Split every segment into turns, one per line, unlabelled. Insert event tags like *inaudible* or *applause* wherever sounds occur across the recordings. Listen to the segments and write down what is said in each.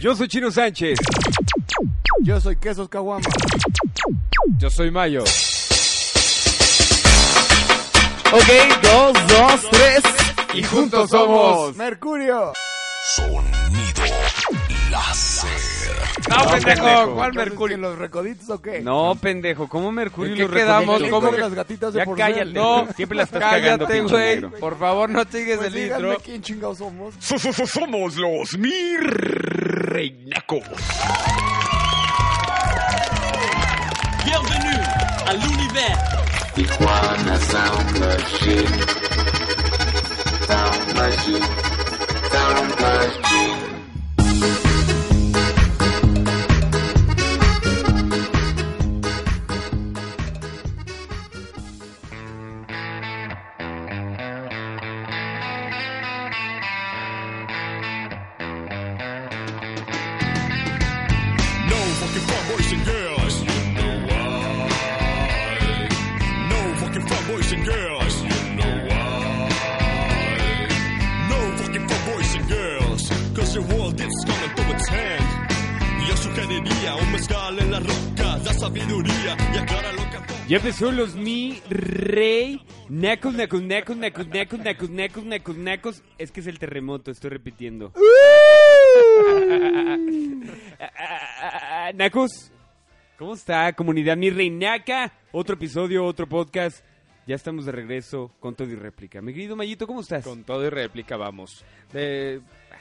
Yo soy Chino Sánchez.
Yo soy Quesos Caguama.
Yo soy Mayo.
Ok, dos, dos, tres.
Y juntos somos.
Mercurio.
Sonido láser.
No, pendejo.
pendejo.
¿Cuál
Entonces, ¿en
Mercurio?
los recoditos o qué?
No, pendejo, ¿cómo Mercurio
¿En
y
qué
los
quedamos?
Recoditos,
¿Cómo
¿Cómo
güey?
que-
las gatitas de
Ya
por
cállate.
medio?
No, siempre la estás cagando,
Cállate,
pinche
güey.
negro.
Por favor, no te digas
Pues
el
díganme
intro.
quién chingados somos.
Somos los Mirreinacos.
Bienvenue à l'univers.
Tijuana Sound Machine. Sound Machine. Sound Machine.
No fucking fuck boys and girls, you know why. No fucking fuck boys and girls, you know why. No fucking fuck boys and girls, cause the world is coming to its hand. Yo sugeriría un mezcal en la roca, da sabiduría y aclara lo que...
Ya empezó los mi rey. Nacos, nacos, nacos, nacos, nacos, nacos, nacos, nacos, nacos. Es que es el terremoto, estoy repitiendo. *laughs* Ah, ah, ah, nacos, ¿cómo está? Comunidad mi rey naca. Otro episodio, otro podcast. Ya estamos de regreso con todo y réplica. Mi querido Mayito, ¿cómo estás?
Con todo y réplica vamos. De...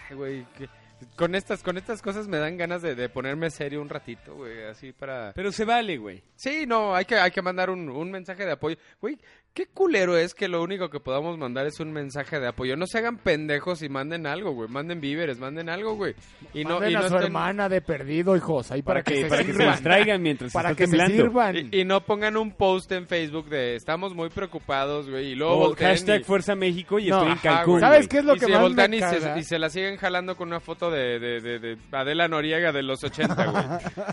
Ay, güey, que- Con estas, con estas cosas me dan ganas de, de ponerme serio un ratito, güey, así para...
Pero se vale, güey.
Sí, no, hay que, hay que mandar un, un mensaje de apoyo. Güey, qué culero es que lo único que podamos mandar es un mensaje de apoyo. No se hagan pendejos y manden algo, güey. Manden víveres, manden algo, güey. Y no,
Manden
y no
a su
estén-
hermana de perdido, hijos. Ahí para, que,
para
se
que se
sirvan.
distraigan mientras
Para
está
que se
temblando.
sirvan.
Y, y no pongan un post en Facebook de estamos muy preocupados, güey. Y luego
O
volteen
hashtag
y-
Fuerza México y
No,
estoy en
ajá,
Cancún.
güey.
¿Sabes
güey.
qué es lo
y
que
se
más
voltean
me
y se-
caga?
y se la siguen jalando con una foto de, de, de- de Adela Noriega de los 80,
*laughs*
güey.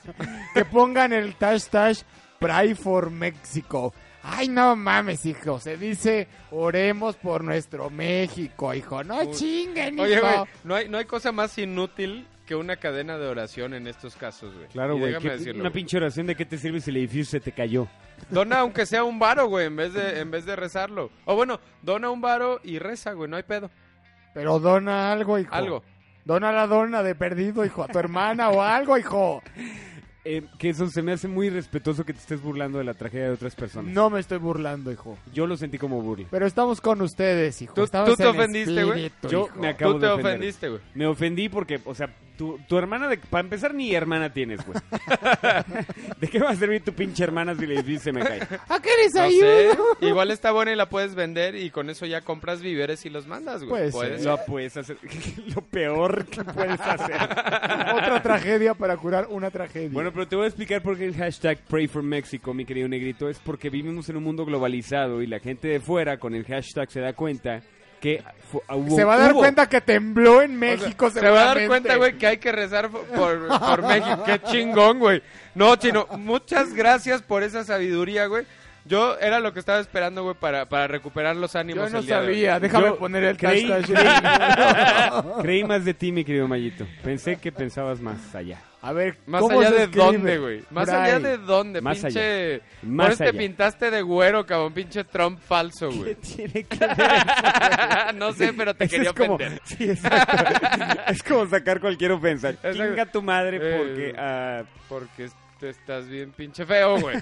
Que pongan el hashtag Pray for Mexico. Ay, no mames, hijo. Se dice oremos por nuestro México, hijo. No
Uy.
chinguen, hijo.
Oye, güey, no hay, no hay cosa más inútil que una cadena de oración en estos casos, güey.
Claro,
Y
güey.
déjame
¿qué-
decirlo,
Una
güey.
pinche oración de qué te sirve si el edificio se te cayó.
Dona aunque sea un varo, güey, en
*laughs*
vez de en vez de rezarlo. O bueno, dona un varo y reza, güey, no hay pedo.
Pero dona algo, hijo.
Algo.
Dona la dona de perdido, hijo. A tu hermana o algo, hijo.
Eh, que eso se me hace muy respetuoso que te estés burlando de la tragedia de otras personas.
No me estoy burlando, hijo.
Yo lo sentí como burla.
Pero estamos con ustedes, hijo.
¿Tú-
Estamos
tú te
en
ofendiste, güey?
espíritu,
Yo
hijo.
me acabo
Tú
de
te
ofender.
ofendiste, güey.
Me ofendí porque, o sea, tu, tu hermana, de, para empezar, ni hermana tienes,
*laughs*
güey. ¿De qué va a servir tu pinche hermana si el edificio se me
*laughs*
cae?
¿A qué les
No sé.
ayudo?
Igual está buena y la puedes vender y con eso ya compras víveres y los mandas, güey.
Pues
Puede
Puedes.
Lo puedes hacer. *laughs* lo peor que puedes hacer.
*laughs*
Otra tragedia para curar una tragedia.
Bueno, pero te voy a explicar por qué el hashtag Pray for Mexico, mi querido negrito, es porque vivimos en un mundo globalizado y la gente de fuera con el hashtag se da cuenta que fu- ah, hubo-
se va a dar
hubo-
cuenta que tembló en
O sea,
*laughs* México.
se va a dar
seguramente.
cuenta, güey, que hay que rezar por, por- por México. Qué chingón, güey. No, chino, muchas gracias por esa sabiduría, güey. Yo era lo que estaba esperando, güey, para, para recuperar los ánimos.
Yo no
el día de hoy.
sabía. Déjame
Yo
poner el
creí-
*laughs*
hashtag.
Creí más de ti, mi querido Mayito. Pensé que pensabas más allá.
a ver,
Más
¿cómo
allá
se
de
escribe?
dónde, güey. Más
Bray.
allá de dónde,
Más
pinche.
Más
Por eso te
allá.
pintaste de güero, cabrón, pinche Trump
*laughs*
falso, güey.
Tiene *laughs* que ver.
no sé, pero te
Eso
quería
es como,
ofender.
*laughs* sí, exacto. es como sacar cualquier ofensa.
Exacto.
Chinga tu madre
Eh,
porque... ah,
Porque te estás bien pinche
*laughs*
feo, güey.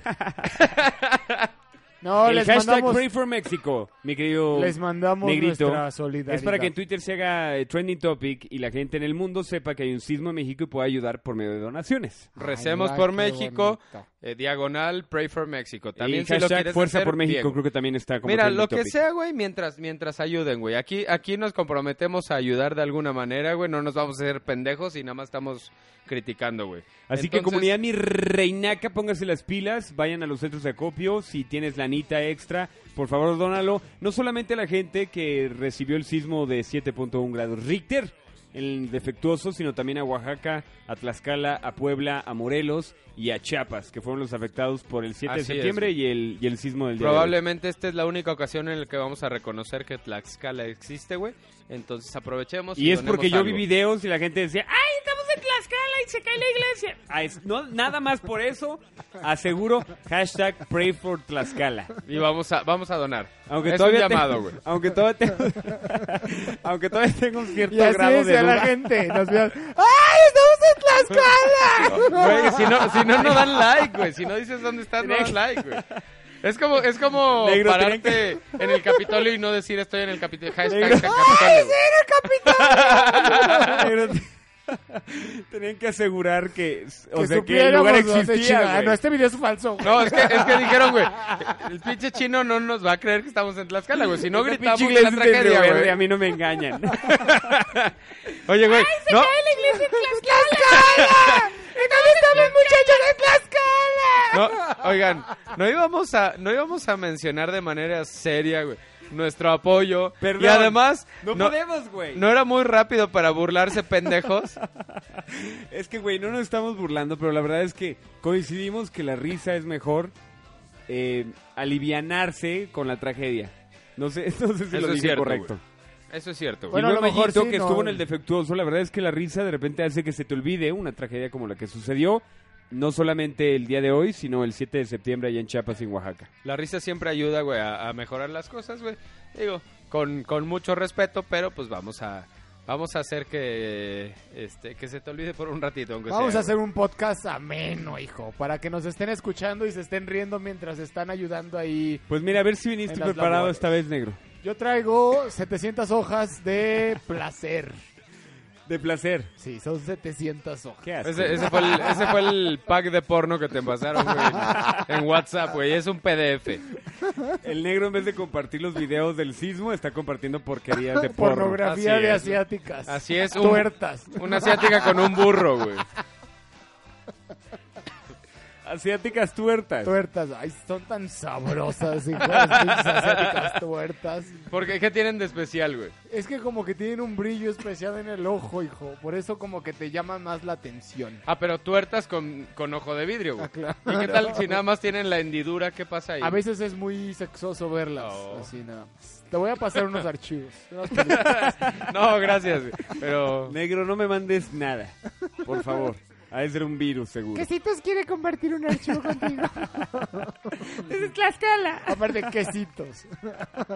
No,
el
les
hashtag
mandamos,
Pray for Mexico, mi querido
les mandamos
negrito.
nuestra solidaridad.
Es para que en Twitter se haga eh, trending topic y la gente en el mundo sepa que hay un sismo en México y pueda ayudar por medio de donaciones.
Recemos
Ay,
por
qué
México,
bonito.
eh, diagonal, pray for México. También
y
si lo
hashtag
quieres
Fuerza
hacer,
por México
bien.
creo que también está como
Mira,
trending
lo que
topic.
sea, güey, mientras, mientras ayuden, güey. Aquí, aquí nos comprometemos a ayudar de alguna manera, güey. No nos vamos a hacer pendejos y nada más estamos criticando, güey.
Así
Entonces,
que comunidad mi reinaca, pónganse las pilas, vayan a los centros de acopio, si tienes lanita extra, por favor dónalo, no solamente a la gente que recibió el sismo de 7.1 grados Richter, el defectuoso, sino también a Oaxaca, a Tlaxcala, a Puebla, a Morelos y a Chiapas, que fueron los afectados por el 7
Así es,
de septiembre
güey.
y el, y el sismo del día de hoy.
Probablemente esta es la única ocasión en la que vamos a reconocer que Tlaxcala existe, güey. Entonces aprovechemos.
Y es
donemos
porque yo vi
algo.
videos y la gente decía, ¡ay, estamos en Tlaxcala y se cae la iglesia! Ah, es- no, nada más por eso, aseguro, hashtag pray for Tlaxcala.
Y vamos a, vamos a donar.
Aunque
es un
todavía te-
llamado, güey.
*laughs* aunque todavía te- aunque todavía tengo un cierto
Y así
grado de
decía la
duda.
gente.
*laughs*
Nos veían, ¡Ay, estamos en Tlaxcala!
Güey, si no, si no, no dan like, güey. Si no dices dónde estás, no dan like, güey. Es como, es como
Negro,
pararte
tenían
en el Capitolio y no decir estoy en el Capitolio. Hashtag
Negro.
Capitolio. güey.
*laughs* Pero te- Tenían que asegurar que, o
que
sea, que el lugar
supiéramos dónde
existía,
chingada.
güey.
No, este video es falso. güey.
No, es que, es que dijeron, güey, el pinche chino no nos va a creer que estamos en Tlaxcala, güey. Si no
Esa
gritamos
pinche
la
iglesia es de
tragedia,
Río Verde,
güey.
A mí no me engañan.
Oye, güey, no,
*laughs*
no, oigan, no íbamos a, no íbamos a mencionar de manera seria, güey, nuestro apoyo.
Perdón.
y además,
No,
no,
podemos, güey.
no era muy rápido para burlarse, pendejos.
Es que, güey, no nos estamos burlando, pero la verdad es que coincidimos que la risa es mejor eh, alivianarse con la tragedia. No sé, *laughs* no sé si
Eso
lo
es
dije
cierto,
correcto.
güey. Eso es cierto, güey.
Bueno,
y
a
no
lo mejor sí,
que
no.
estuvo en el defectuoso, la verdad es que la risa de repente hace que se te olvide una tragedia como la que sucedió, no solamente el día de hoy, sino el 7 de septiembre allá en Chiapas, en Oaxaca.
La risa siempre ayuda, güey, a, a mejorar las cosas, güey. Digo, con, con mucho respeto, pero pues vamos a vamos a hacer que este que se te olvide por un ratito, aunque
Vamos a
sea,
hacer
güey.
un podcast ameno, hijo, para que nos estén escuchando y se estén riendo mientras están ayudando ahí.
Pues mira, a ver si viniste
En las
preparado
labores.
esta vez, negro.
Yo traigo 700 hojas de placer.
De placer.
Sí, son 700 hojas.
¿Qué haces?
ese, ese fue el, ese fue el pack de porno que te pasaron, güey, en, en WhatsApp, güey. Es un PDF.
El negro, en vez de compartir los videos del sismo, está compartiendo porquerías
*laughs*
de porno.
Pornografía
Así
de
es.
asiáticas.
Así es, un-
Tuertas.
Una asiática con un burro, güey.
Asiáticas tuertas.
Tuertas. Ay, son tan sabrosas, hijo. las pinches asiáticas tuertas.
Porque qué tienen de especial, güey.
Es que como que tienen un brillo especial en el ojo, hijo. Por eso como que te llaman más la atención.
Ah, pero tuertas con, con ojo de vidrio, güey.
Ah, claro.
¿Y qué tal si nada más tienen la hendidura? ¿Qué pasa ahí?
A veces es muy sexoso verlas.
Oh.
Así nada más. Te voy a pasar unos *laughs* archivos. unas películas.
No, gracias, güey. Pero
Negro, no me mandes nada. Por favor. Ha de ser un virus, seguro.
Quesitos quiere compartir un archivo *laughs* contigo.
Desde Tlaxcala.
Aparte, quesitos.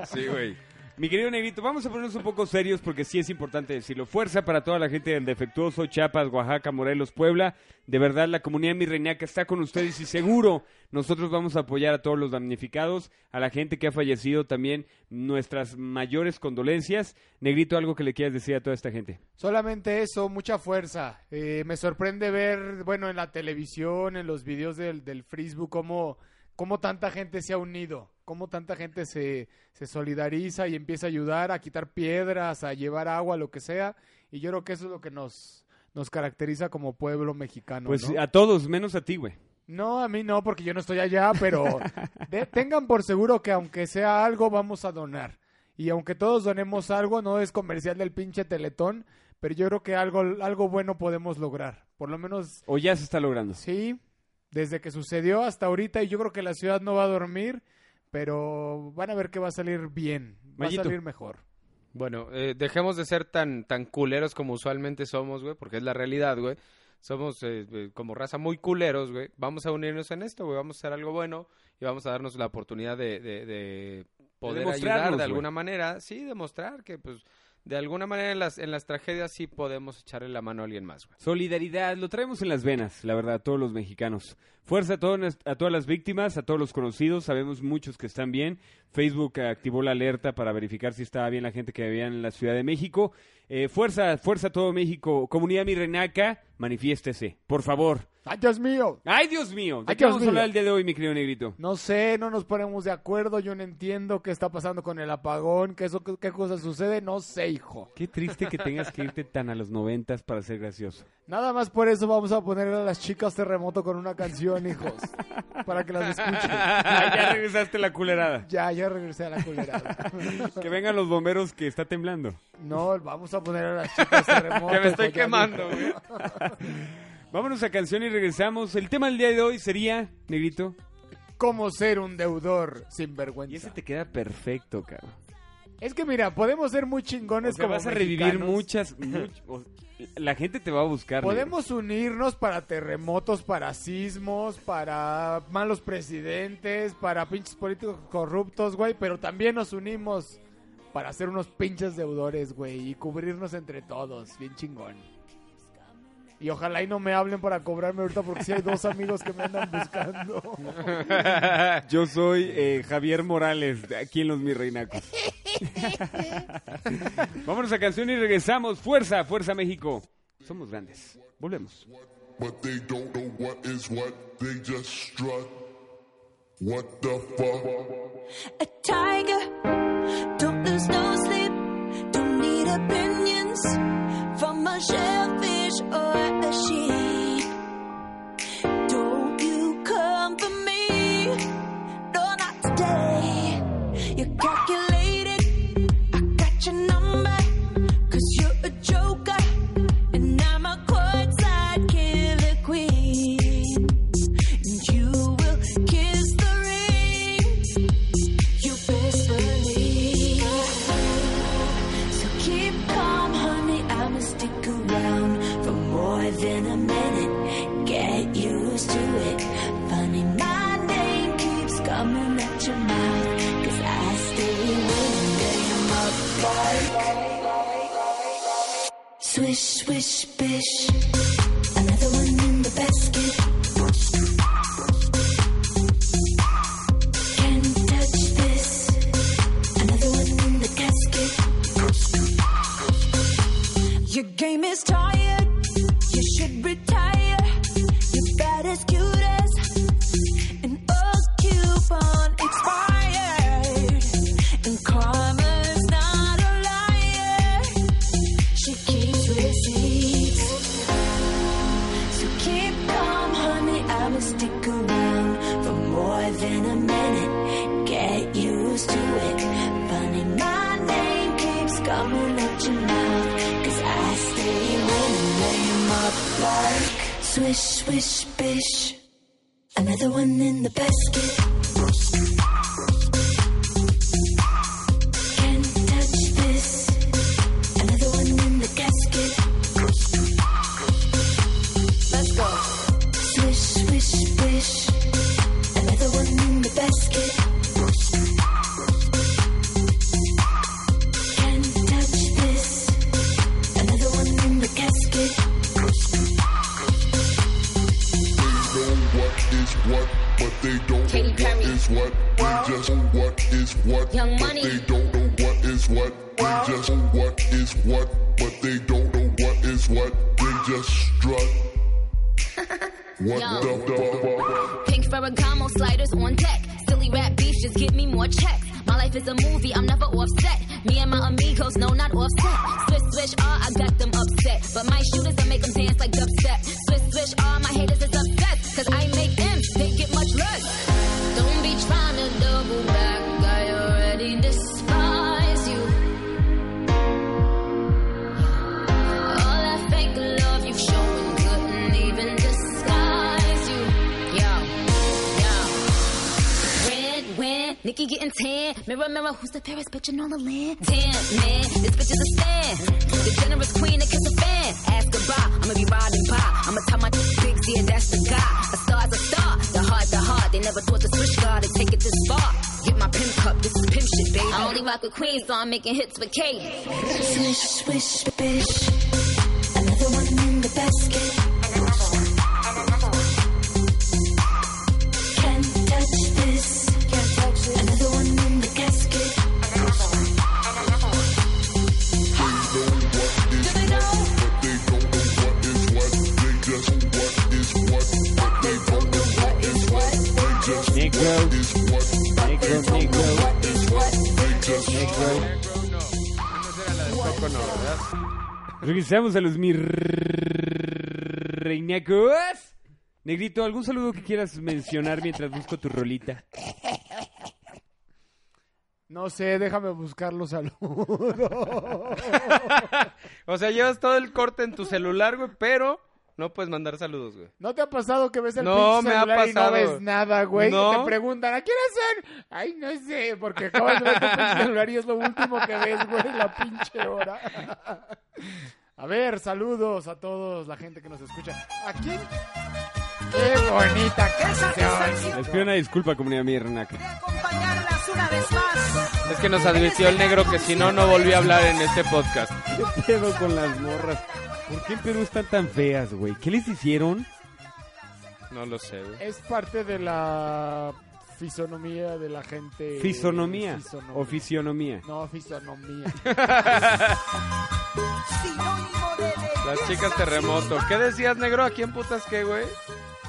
sí, güey.
Mi querido Negrito, vamos a ponernos un poco serios porque sí es importante decirlo. Fuerza para toda la gente del defectuoso, Chiapas, Oaxaca, Morelos, Puebla. De verdad, la comunidad mi reinaca está con ustedes y seguro nosotros vamos a apoyar a todos los damnificados, a la gente que ha fallecido también. Nuestras mayores condolencias. Negrito, algo que le quieras decir a toda esta gente.
Solamente eso, mucha fuerza. Eh, me sorprende ver, bueno, en la televisión, en los videos del, del Facebook, cómo, cómo tanta gente se ha unido, cómo tanta gente se, se solidariza y empieza a ayudar, a quitar piedras, a llevar agua, lo que sea. Y yo creo que eso es lo que nos, nos caracteriza como pueblo mexicano.
Pues
¿no?
a todos, menos a ti, güey.
No, a mí no, porque yo no estoy allá, pero de- tengan por seguro que aunque sea algo, vamos a donar. Y aunque todos donemos algo, no es comercial del pinche Teletón, pero yo creo que algo, algo bueno podemos lograr. Por lo menos,
O ya se está logrando.
sí, desde que sucedió hasta ahorita, y yo creo que la ciudad no va a dormir, pero van a ver que va a salir bien, va
Mayito.
a salir mejor.
Bueno, eh, dejemos de ser tan, tan culeros como usualmente somos, güey, porque es la realidad, güey. Somos eh, eh, como raza muy culeros, güey. Vamos a unirnos en esto, güey. Vamos a hacer algo bueno y vamos a darnos la oportunidad de, de- de poder
demostrarnos,
ayudar de
güey.
alguna manera. Sí, demostrar que, pues, de alguna manera en las, en las tragedias sí podemos echarle la mano a alguien más, güey.
Solidaridad, lo traemos en las venas, la verdad, a todos los mexicanos. Fuerza a, todos nues- a todas las víctimas, a todos los conocidos, sabemos muchos que están bien. Facebook eh, activó la alerta para verificar si estaba bien la gente que había en la Ciudad de México. Eh, fuerza, fuerza a todo México. Comunidad Mirrenaca, manifiéstese, por favor.
¡Ay, Dios mío!
Ay, Dios mío. ¿De
Ay,
qué
Dios
vamos a hablar
mío.
el día de hoy, mi querido negrito?
No sé, no nos ponemos de acuerdo, yo no entiendo qué está pasando con el apagón, qué, eso, qué, qué cosa sucede, no sé, hijo.
Qué triste que tengas que irte tan a los noventas para ser gracioso.
Nada más por eso vamos a poner a las chicas terremoto con una canción, hijos, para que las
*laughs*
escuchen.
ya regresaste la culerada.
Ya, ya regresé a la culera.
Que vengan los bomberos que está temblando.
No, vamos a poner a las chicas pues, terremoto.
Que me estoy
joya,
quemando,
hijo.
güey.
Vámonos a canción y regresamos. El tema del día de hoy sería, negrito.
¿Cómo ser un deudor sin
Y
vergüenza?
ese te queda perfecto, cabrón.
Es que mira, podemos ser muy chingones
O sea,
como
vas a revivir
mexicanos.
muchas. much- o- la gente te va a buscar. negro.
Podemos unirnos para terremotos, para sismos, para malos presidentes, para pinches políticos corruptos, güey, pero también nos unimos para ser unos pinches deudores, güey, y cubrirnos entre todos, bien chingón. Y ojalá y no me hablen para cobrarme ahorita porque si hay dos amigos que me andan buscando.
Yo soy eh, Javier Morales, de aquí en Los Mirreinacos. *laughs* Vámonos a canción y regresamos. Fuerza, fuerza México. Somos grandes. Volvemos.
But they don't know what is what, they just strut. What the fuck?
a tiger. Don't lose no sleep. Don't need opinions from a shellfish or a sheep. Don't you come for me. No, not today. You're calculated. I got your number. Cause you're a joker. And I'm a courtside killer queen. And you will kiss the ring. You best believe. So keep calm, honey. I'ma stick around for more than a minute. Get used to it. Funny, my name keeps coming at your mouth. Cause I stay with them up Swish, swish, bish. Another one in the basket. Can't touch this. Another one in the casket. Your game is tired. You should retire. You're bad as cute as an old coupon expired. And karma's not a liar. She keeps receipts. So keep calm, honey. I'ma stick around for more than a minute. Get used to it. Funny, my name keeps coming out your mouth. Cause I stay winning, lay 'em up like swish, swish, bish. Another one in the basket. Can't touch this. Another one in the casket. Let's go. Swish, swish, swish. Another one in the basket. Can't touch this. Another one in the casket.
They know what is what, but they don't
Katy
know
Perry.
what is what. They just know what is what,
Young
but
Money.
they don't know what is what. They just know what is what, but they don't know what is what. They just strut. What
Yo.
the fuck?
Pink Ferragamo sliders on deck. Silly rap beef, just give me more checks. My life is a movie, I'm never offset. Me and my amigos, no, not offset. Swish, swish, ah, I got them upset. But my shooters, I make them dance like dubstep. Swish, swish, ah, my haters is obsessed. Cause I make M's, they get much less. Don't be trying to double back, I already despise you. All that fake love you've shown couldn't even disguise you. Yo, yo. Red, win, Nikki getting tan. Mirror, mirror, who's the fairest bitch in all the land? Damn, man, this bitch is a stan. The generous queen that kiss a fan. Ask goodbye, I'ma be riding by. I'ma tell my big yeah, that's the guy. A star's a star, the heart, the heart. They never thought the switch guard to take it this far. Get my pimp cup, this is pimp shit, baby. I only rock with queens, so I'm making hits with Kate.
Swish, swish, bish. Another one in the basket. Can't touch this. Can't touch this. Another one in the casket. Do they know?
They don't know what is what. They just know what is what.
negro, negro, negro, negro. Regresamos a los mi reinacos. Negrito, ¿algún saludo que quieras mencionar mientras busco tu rolita?
No sé, déjame buscar los saludos.
O sea, llevas todo el corte en tu celular, güey, pero no puedes mandar saludos, güey.
¿No te ha pasado que ves el
No,
pinche
me ha
celular
pasado.
y no ves nada, güey?
No.
Y te preguntan, ¿a quiénes son? Ay, no sé, porque acabas de ver tu pinche celular y es lo último que ves, güey, la pinche hora. A ver, saludos a todos, la gente que nos escucha. ¿A quién? ¡Qué bonita canción!
Les pido una disculpa, comunidad mi reinaca.
acompañarlas una vez más.
Es que nos advirtió el negro que si no, no volví a hablar en este podcast.
¿Qué pedo con las morras? ¿Por qué en Perú están tan feas, güey? ¿Qué les hicieron?
No lo sé, güey.
Es parte de la fisonomía de la gente.
Fisonomía o
Fisonomía.
fisionomía.
No, fisonomía.
Sinónimo de belleza.
Las chicas terremoto. ¿Qué decías, negro? ¿A quién putas qué, güey?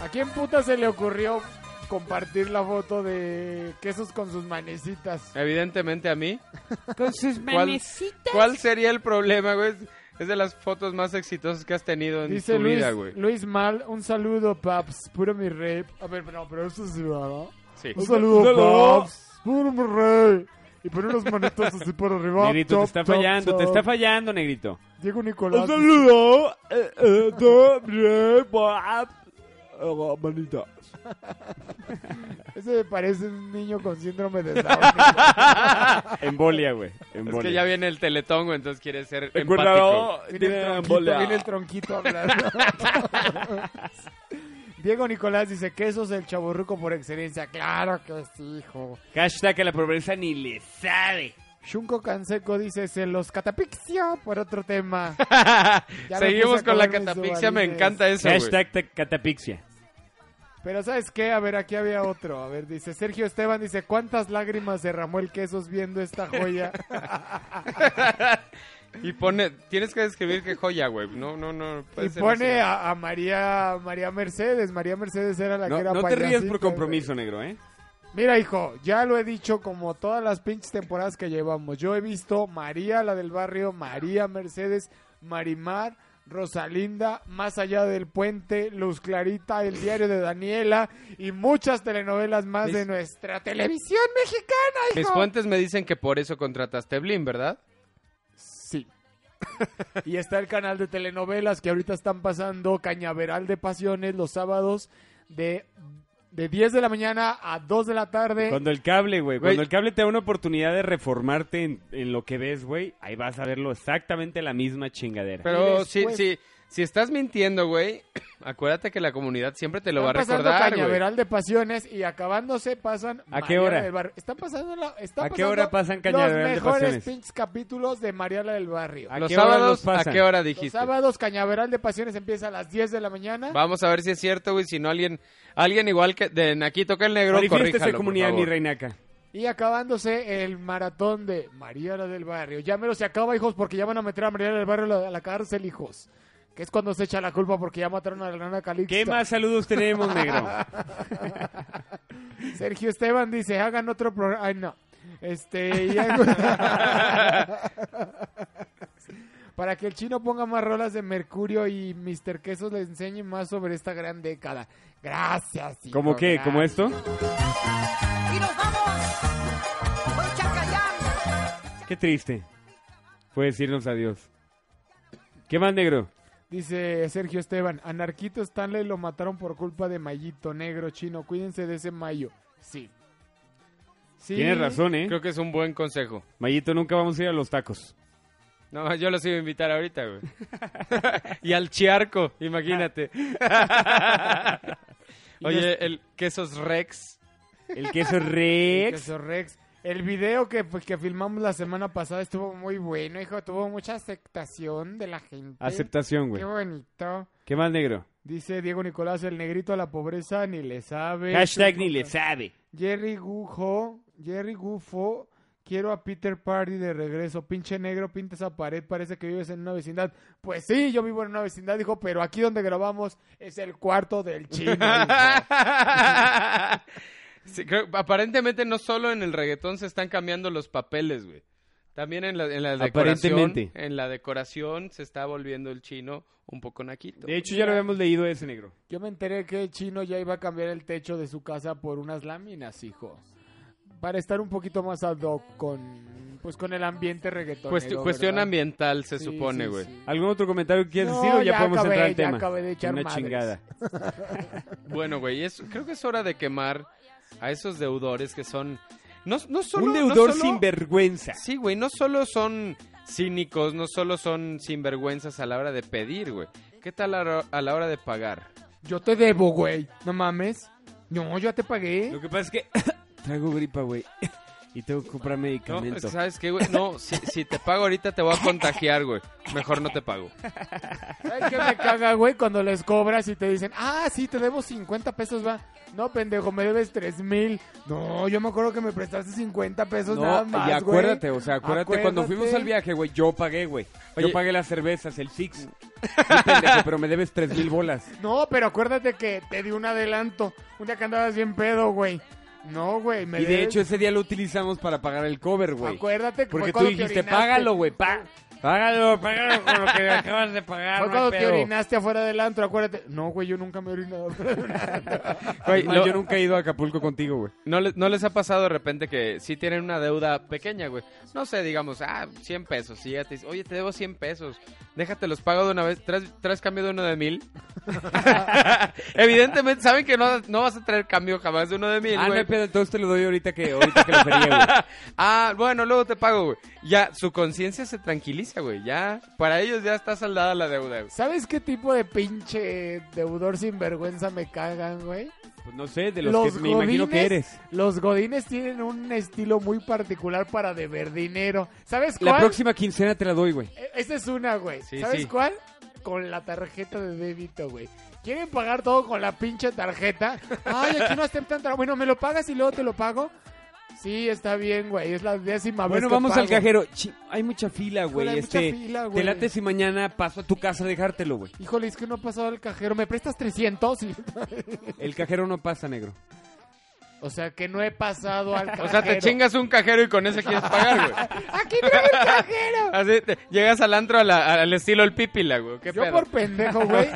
¿A quién puta se le ocurrió compartir la foto de quesos con sus manecitas?
Evidentemente a mí.
Con sus
¿Cuál,
manecitas.
cuál sería el problema, güey? Es de las fotos más exitosas que has tenido en
Dice
tu
Luis,
vida, güey.
Luis Mal, un saludo, Paps, puro mi rey. A ver, no, pero eso sí, ¿verdad?
Sí.
Un saludo,
saludo.
Paps, puro mi rey. Y poner los manitos así por arriba.
Negrito, te
chop,
está
chop,
fallando, te
chop.
está fallando, negrito.
Diego Nicolás.
saludo. Manita.
Ese parece un niño con síndrome de Down.
Embolia, güey.
Es
Embolia.
que ya viene el teletón, güey, entonces quiere ser empático.
Recuerda,
Viene
*laughs* tiene
el tronquito,
embolia.
viene el tronquito hablando. *laughs* Diego Nicolás dice, quesos el chaburruco por excelencia. Claro que sí, hijo.
Hashtag a la pobreza ni le sabe.
Shunko Canseco dice, se los catapixia por
*laughs*
otro tema. Ya me puse
Seguimos
a
con la
comer mis
catapixia, me
ovarices.
encanta eso, güey.
Hashtag ta- catapixia.
Pero ¿sabes qué? A ver, aquí había otro. A ver, dice Sergio Esteban, dice, ¿cuántas lágrimas derramó el quesos viendo
*laughs*
esta joya?
Y pone, tienes que describir qué joya, güey. No, no, no. puede
y
ser
pone
así.
a, a María María Mercedes. María Mercedes era la que
No,
era
no te rías
payasita,
por compromiso, negro, ¿eh?
güey. Mira, hijo, ya lo he dicho como todas las pinches temporadas que llevamos. Yo he visto María, la del barrio, María Mercedes, Marimar, Rosalinda, Más allá del puente, Luz Clarita, El diario de Daniela y muchas telenovelas más
Mis-
de nuestra televisión mexicana, hijo.
Mis fuentes me dicen que por eso contrataste Blin, ¿verdad?
Sí. *laughs* y está el canal de telenovelas que ahorita están pasando Cañaveral de Pasiones los sábados de, de 10 de la mañana a 2 de la tarde.
Cuando el cable, güey.
Güey.
Cuando el cable te da una oportunidad de reformarte en, en lo que ves, güey, ahí vas a verlo exactamente la misma chingadera.
Pero
Y
si,
después-
si, si estás mintiendo, güey, *clears throat* acuérdate que la comunidad siempre te lo va a
están pasando
recordar, güey.
Cañaveral de Pasiones y acabándose pasan...
¿A qué
Mariana
hora?
del Barrio. Está pasando la- está
¿A qué
pasando
hora pasan Cañaveral de
Los mejores
Pasiones? Ah,
pinches capítulos de Mariana del Barrio.
¿A
Los
qué hora
sábados,
los pasan?
¿a qué hora
Los
dijiste?
sábados Cañaveral de Pasiones empieza a las 10 de la mañana.
Vamos a ver si es cierto, güey. Si no, alguien, alguien igual que de Naquito que el negro,
Manifiéstese,
corríjalo,
comunidad,
por
mi
favor.
reinaca.
Y acabándose el maratón de Mariana del Barrio. Ya mero se acaba, hijos, porque ya van a meter a Mariana del Barrio a la- a la cárcel, hijos. Que es cuando se echa la culpa porque ya mataron a la nana Calixta.
¿Qué más saludos tenemos, negro?
Sergio Esteban dice, hagan otro programa. Ay, no. Este... y
*laughs*
algo- *laughs* Para que el chino ponga más rolas de Mercurio y Mr. Quesos le enseñe más sobre esta gran década. Gracias, hijo,
¿Cómo qué? ¿Cómo
gracias.
esto?
Y nos vamos. Voy Chacayán.
Qué triste. Fue decirnos adiós. ¿Qué más, negro?
Dice Sergio Esteban, anarquito Stanley lo mataron por culpa de Mayito Negro Chino, cuídense de ese Mayo. Sí. sí.
Tienes razón, ¿eh?
Creo que es un buen consejo.
Mayito, nunca vamos a ir a los tacos.
No, yo los iba a invitar
*laughs*
ahorita, güey. *laughs* y al chiarco, imagínate. Oye, el quesos Rex.
El queso
El
Rex.
queso Rex. El video que, pues, que filmamos la semana pasada estuvo muy bueno, hijo, tuvo mucha aceptación de la gente.
Aceptación, güey.
Qué bonito.
¿Qué más, negro?
Dice Diego Nicolás, el negrito a la pobreza ni le sabe.
Hashtag ni le sabe.
Jerry Gujo, Jerry Gufo, quiero a Peter Party de regreso. Pinche negro, pinta esa pared, parece que vives en una vecindad. Pues sí, yo vivo en una vecindad, dijo,
*laughs*
pero aquí donde grabamos es el cuarto del chino. hijo.
*laughs* Sí, creo- aparentemente no solo en el reggaetón se están cambiando los papeles, güey. También en la, en la decoración.
Aparentemente.
En la decoración se está volviendo el chino un poco naquito.
De hecho, ya lo habíamos leído ese negro.
Yo me enteré que el chino ya iba a cambiar el techo de su casa por unas láminas, hijo. Para estar un poquito más ad hoc con, pues, con el ambiente reggaetonero.
Cuest- cuestión
¿verdad?
ambiental, se
Sí,
supone,
sí,
güey.
sí.
¿Algún otro comentario que quieras
No,
decir o ya,
ya
podemos
acabé,
entrar al
ya
tema?
acabé de echar
Una
madres.
chingada.
Bueno, güey, es- creo que es hora de quemar a esos deudores que son... No, no solo,
Un
no
deudor
solo-
sin vergüenza.
Sí, güey, no solo son cínicos, no solo son sinvergüenzas a la hora de pedir, güey. ¿Qué tal a la- a la hora de pagar?
Yo te debo, güey. No mames. No, yo ya te pagué.
Lo que *laughs* pasa es que traigo gripa, güey. Y tengo que comprar
No,
medicamento.
es que sabes qué, güey. No, si, si te pago ahorita te voy a contagiar, güey. Mejor no te pago.
¿Sabes qué me caga, güey? Cuando les cobras y te dicen, ah, sí, te debo 50 pesos, va. No, pendejo, me debes 3 mil. No, yo me acuerdo que me prestaste 50 pesos nada más,
y
güey.
acuérdate, o sea, acuérdate, cuando fuimos
Acuérdate.
al viaje, güey, yo pagué, güey.
Oye.
Yo pagué las cervezas, el
*laughs*
six. Sí, pendejo, pero me debes tres mil bolas.
No, pero acuérdate que te di un adelanto. Un día que andabas bien pedo, güey. No, güey. me
Y de
debes-
hecho ese día lo utilizamos para pagar el cover, güey.
acuérdate que
Porque
fue
tú
cuando te
dijiste,
orinaste.
págalo, güey, pa- Págalo, págalo con lo
*laughs*
que acabas de pagar.
Fue
no
cuando
hay
te
pedo.
orinaste afuera del antro, acuérdate. No, güey, yo nunca me he orinado afuera del antro.
*laughs* Güey,
Lo-
Yo nunca he ido a Acapulco contigo, güey.
¿No, le- ¿No les ha pasado de repente que si tienen una deuda pequeña, güey? No sé, digamos, ah, 100 pesos. Y ya te dice, oye, te debo 100 pesos. Déjate, los pago de una vez. ¿Traes, traes cambio de uno de mil? Evidentemente, saben que no, no vas a traer cambio jamás de uno de mil,
Ah, no
güey.
hay pedo, entonces te lo doy ahorita que, ahorita que lo fería,
*laughs*
güey.
Ah, bueno, luego te pago, güey. Ya, su conciencia se tranquiliza, güey. Ya, para ellos ya está saldada la deuda, güey.
¿Sabes qué tipo de pinche deudor sinvergüenza me cagan, güey?
Pues no sé, de los, que me imagino que eres.
Los godines tienen un estilo muy particular para deber dinero. ¿Sabes cuál?
La próxima quincena te la doy, güey.
E- Esa es una, güey.
Sí,
¿Sabes
sí.
cuál? Con la tarjeta de débito, güey. ¿Quieren pagar todo con la pinche tarjeta? Ay, aquí no aceptan tarjeta. Bueno, ¿me lo pagas y luego te lo pago? Sí, está bien, güey. Es la décima vez
Bueno,
que
vamos al
pago.
cajero. Chi- hay mucha fila, güey.
Híjole, hay
Este,
mucha fila,
te
güey.
late si mañana paso a tu casa a dejártelo, güey.
Híjole, es que no ha pasado al cajero. ¿Me prestas 300? Y-
El cajero no pasa, negro.
*laughs* O sea, que no he pasado al cajero.
O sea, te chingas un cajero y con ese quieres pagar, güey.
¡Aquí traigo el cajero!
Así te- llegas al antro a la- al estilo el pípila, güey. ¿Qué
Yo
pedo?
por pendejo,
*laughs*
güey.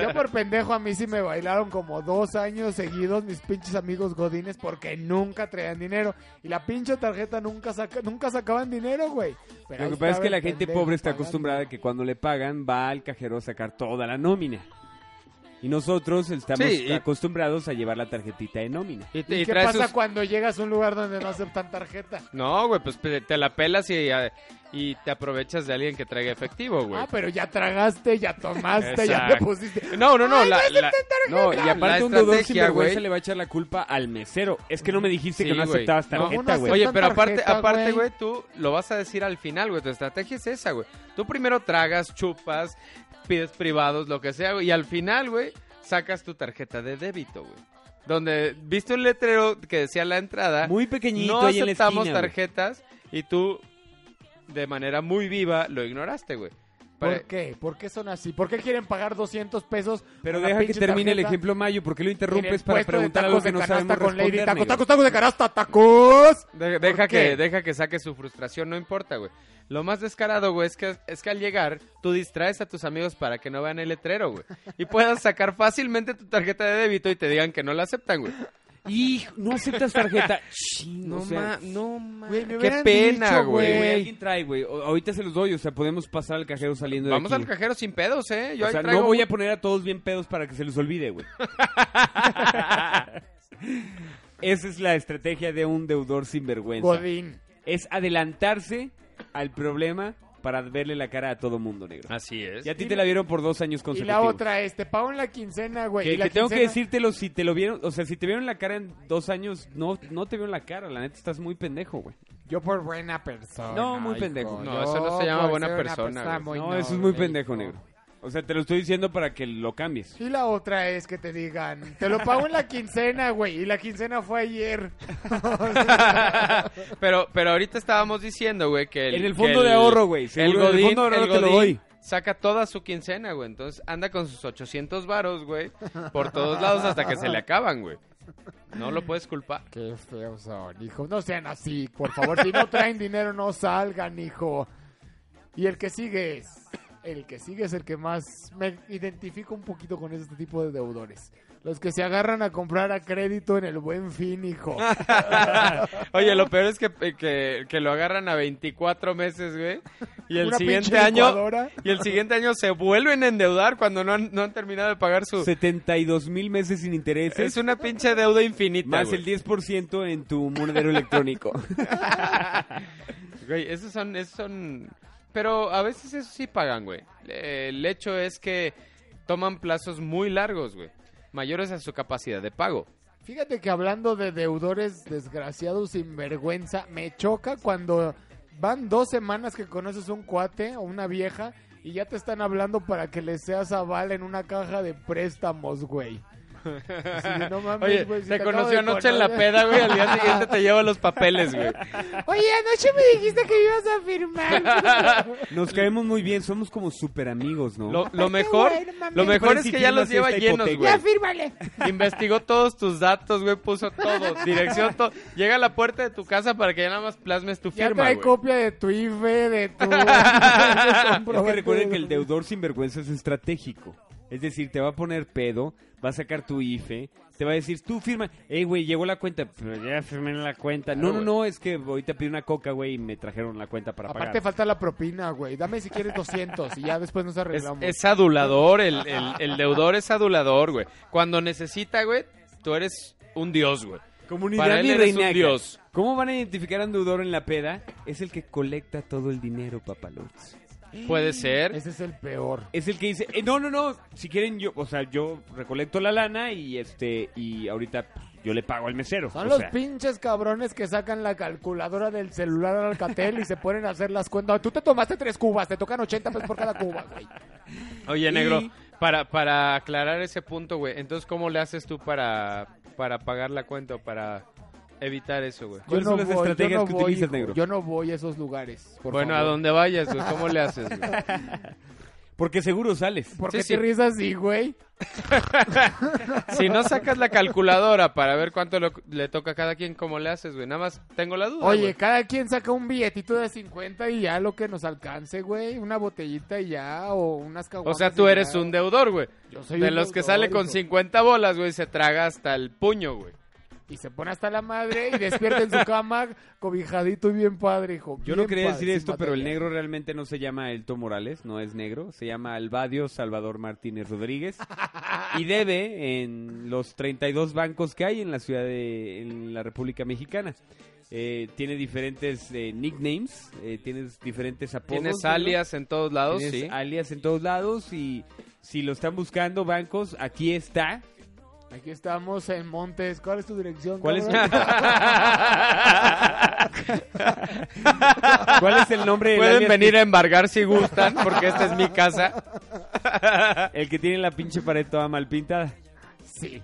Yo por pendejo a mí sí me bailaron como dos años seguidos mis pinches amigos godines porque nunca traían dinero. Y la pinche tarjeta nunca saca, nunca sacaban dinero, güey. Pero
Lo
ahí
que pasa es
estaba
que la
el
gente
pendejo
pobre está
pagando.
acostumbrada a que cuando le pagan va al cajero a sacar toda la nómina. Y nosotros estamos
Sí, y-
acostumbrados a llevar la tarjetita de nómina.
Y, te-
¿Y
y
qué
traes
pasa
sus-
cuando llegas a un lugar donde no aceptan tarjeta?
No, güey, pues pe- te la pelas y, a- y te aprovechas de alguien que traiga efectivo, güey.
Ah, pero ya tragaste, ya tomaste, ya te
Exacto.
pusiste.
No, no, no. la- la-
Ah,
No, y
La
aparte un deudor
estrategia,
sinvergüenza
güey.
le va a echar la culpa al mesero. Es que no me dijiste
Sí,
que no
güey.
aceptabas
No,
tarjeta,
una
güey.
Oye,
Aceptan
pero aparte,
tarjeta,
aparte,
güey.
güey, tú lo vas a decir al final, güey. Tu estrategia es esa, güey. Tú primero tragas, chupas, pides privados, lo que sea, güey. Y al final, güey, sacas tu tarjeta de débito, güey. Donde viste un letrero que decía la entrada.
Muy pequeñito
no
ahí en la
aceptamos
esquina, güey.
tarjetas y tú de manera muy viva lo ignoraste, güey. Para-
¿Por qué? ¿Por qué son así? ¿Por qué quieren pagar 200 pesos?
Pero
por la
deja que
pinche
termine el
tarjeta?
ejemplo Mayo, porque lo
En el
interrumpes para
puesto de
preguntar
tacos
algo que
de
no
canasta
sabemos
con Lady
responder.
Tacos,
negro.
tacos, tacos de canasta, tacos.
De- deja
qué?
que deja que saque su frustración, no importa, güey. Lo más descarado, güey, es que es que al llegar tú distraes a tus amigos para que no vean el letrero, güey, y puedas sacar fácilmente tu tarjeta de débito y te digan que no la aceptan, güey.
Hijo, no aceptas *laughs* tarjeta. Chin, o sea,
no ma-
Güey, me
qué
hubieran
pena,
dicho,
güey.
güey, alguien trae, güey. O- Ahorita se los doy, o sea, podemos pasar al cajero saliendo
Vamos
de
al
aquí.
cajero sin pedos, eh. Yo
o
ahí
sea,
traigo
no voy
mu-
a poner a todos bien pedos para que se los olvide, *laughs* güey. Esa es la estrategia de un deudor sinvergüenza.
Godín.
Es adelantarse al problema para verle la cara a todo mundo, negro.
Así es.
Y a ti te la vieron por dos años
Y
consecutivos.
la otra es, te pago en la quincena, güey.
Que,
Pues, y la
que tengo que
quincena-
decírtelo si te lo vieron, o sea, si te vieron la cara en dos años, no, no te vieron la cara, la neta estás muy pendejo, güey.
Yo por buena persona.
No, muy pendejo.
No, eso no se llama
por
buena
ser una
persona, güey.
muy
no, eso es muy
noble,
pendejo,
hijo.
negro. O sea, te lo estoy diciendo para que lo cambies.
Y la otra es que te digan, te lo pago en la quincena, güey. Y la quincena fue ayer.
*laughs* pero, pero ahorita estábamos diciendo, güey, que el,
En el
que
fondo de ahorro, güey, seguro, en
El
el
Godín,
fondo de ahorro
el
te lo
Godín
doy.
Saca toda su quincena, güey. Entonces anda con sus 800 varos, güey, por todos lados hasta que se le acaban, güey. No lo puedes culpar.
Qué feos son, hijo. No sean así, por favor. Si *laughs* no traen dinero, no salgan, hijo. Y el que sigue es. El que sigue es el que más me identifico un poquito con este tipo de deudores. Los que se agarran a comprar a crédito en el buen
*laughs*
fin, hijo.
Oye, lo peor es que, eh, que, que lo agarran a 24 meses, güey. Y el
Una
siguiente
pinche
año.
licuadora.
Y el siguiente año se vuelven a endeudar cuando no han, no han terminado de pagar su.
72 mil meses sin intereses.
Es una pinche deuda infinita.
Más
güey.
el 10% en tu monedero electrónico.
Güey, esos son, esos son... Pero a veces eso sí pagan, güey. Eh, El hecho es que toman plazos muy largos, güey. Mayores a su capacidad de pago.
Fíjate que hablando de deudores desgraciados sin vergüenza, me choca cuando van dos semanas que conoces un cuate o una vieja y ya te están hablando para que le seas aval en una caja de préstamos, güey. Así de, "No mames,
Oye,
güey, si
te
acabo
conoció
de
anoche en la
conocer".
peda, güey. Al día siguiente te lleva los
*laughs*
papeles, güey.
*laughs* Oye, anoche me dijiste que ibas a firmar.
*laughs*
Nos caemos muy bien, somos como super amigos, ¿no?
Lo, lo mejor,
güey, no mames.
lo
¿Qué te
mejor es
parece
que
si
ya
firmas
los lleva
esta
llenos,
hipoteca?
güey.
Ya, fírmale.
Investigó todos tus datos, güey. Puso todo, dirección, todo. Llega a la puerta de tu casa para que ya nada más plasmes tu
Ya
firma,
trae
güey.
copia de tu IFE, de tu... *laughs*
Es que recuerden que el deudor sinvergüenza es estratégico. Es decir, te va a poner pedo, va a sacar tu IFE, te va a decir, tú firma. Ey, güey, llegó la cuenta. Pero ya firmé la
Ah,
cuenta. No, no,
güey.
no, es que ahorita pedí una coca, güey, y me trajeron la cuenta para
Aparte
pagar.
falta la propina, güey. Dame si quieres 200 y ya después nos
Es,
arreglamos.
es adulador, el, el- el deudor es adulador, güey. Cuando necesita, güey, tú eres un dios, güey. Para
Comunidad
él
mi
eres un
reinaca.
dios.
¿Cómo van a identificar a un deudor en la peda? Es el que colecta todo el dinero, papalotes.
Puede ser.
Ese es el peor.
Es el que dice, eh, no, no, no, si quieren yo, o sea, yo recolecto la lana y este, y ahorita pues, yo le pago al mesero.
Son
o
los
sea.
pinches cabrones que sacan la calculadora del celular al Alcatel y se ponen a hacer las cuentas. Tú te tomaste tres cubas, te tocan 80 pesos por cada cuba,
*laughs*
güey.
Oye, negro, para, para aclarar ese punto, güey, entonces, ¿cómo le haces tú para, para pagar la cuenta o para evitar eso, güey?
Yo
¿Cuáles son las estrategias que utilizas,
hijo,
negro?
Yo no voy a esos lugares. por
Bueno, a
favor.
donde vayas, güey, ¿cómo le haces, güey?
Porque seguro sales.
¿Por
Sí,
qué
sí.
te ríes así, güey?
Si no sacas la calculadora para ver cuánto lo- le toca a cada quien, ¿cómo le haces, güey? Nada más tengo la duda,
Oye,
güey.
cada quien saca un billetito de 50 y ya lo que nos alcance, güey. Una botellita y ya, o unas
O
caguamas.
sea,
y
tú eres
ya.
un deudor, güey.
Yo soy
De
un
los que
deudor,
sale con
hijo.
50 bolas, güey, se traga hasta el puño, güey.
Y se pone hasta la madre y despierta en su
*laughs*
cama, cobijadito y bien padre, hijo.
Yo no
Bien
quería
padre,
decir
sin
esto, pero el
material.
negro realmente no se llama Elton Morales, no es negro, se llama Albadio Salvador Martínez
*laughs*
Rodríguez y debe en los 32 bancos que hay en la ciudad de en la República Mexicana. Eh, tiene diferentes eh, nicknames, eh, tienes diferentes apodos.
Tienes
negro.
alias en todos lados,
Tienes *laughs*
sí.
alias en todos lados y si lo están buscando bancos, aquí está.
Aquí estamos en Montes. ¿Cuál es tu dirección?
¿Cuál es,
cabrón?
¿Cuál es el nombre del
*laughs* Pueden
alias
venir a embargar si gustan, porque esta es mi casa.
que- el que tiene la pinche pared toda mal pintada?
Sí.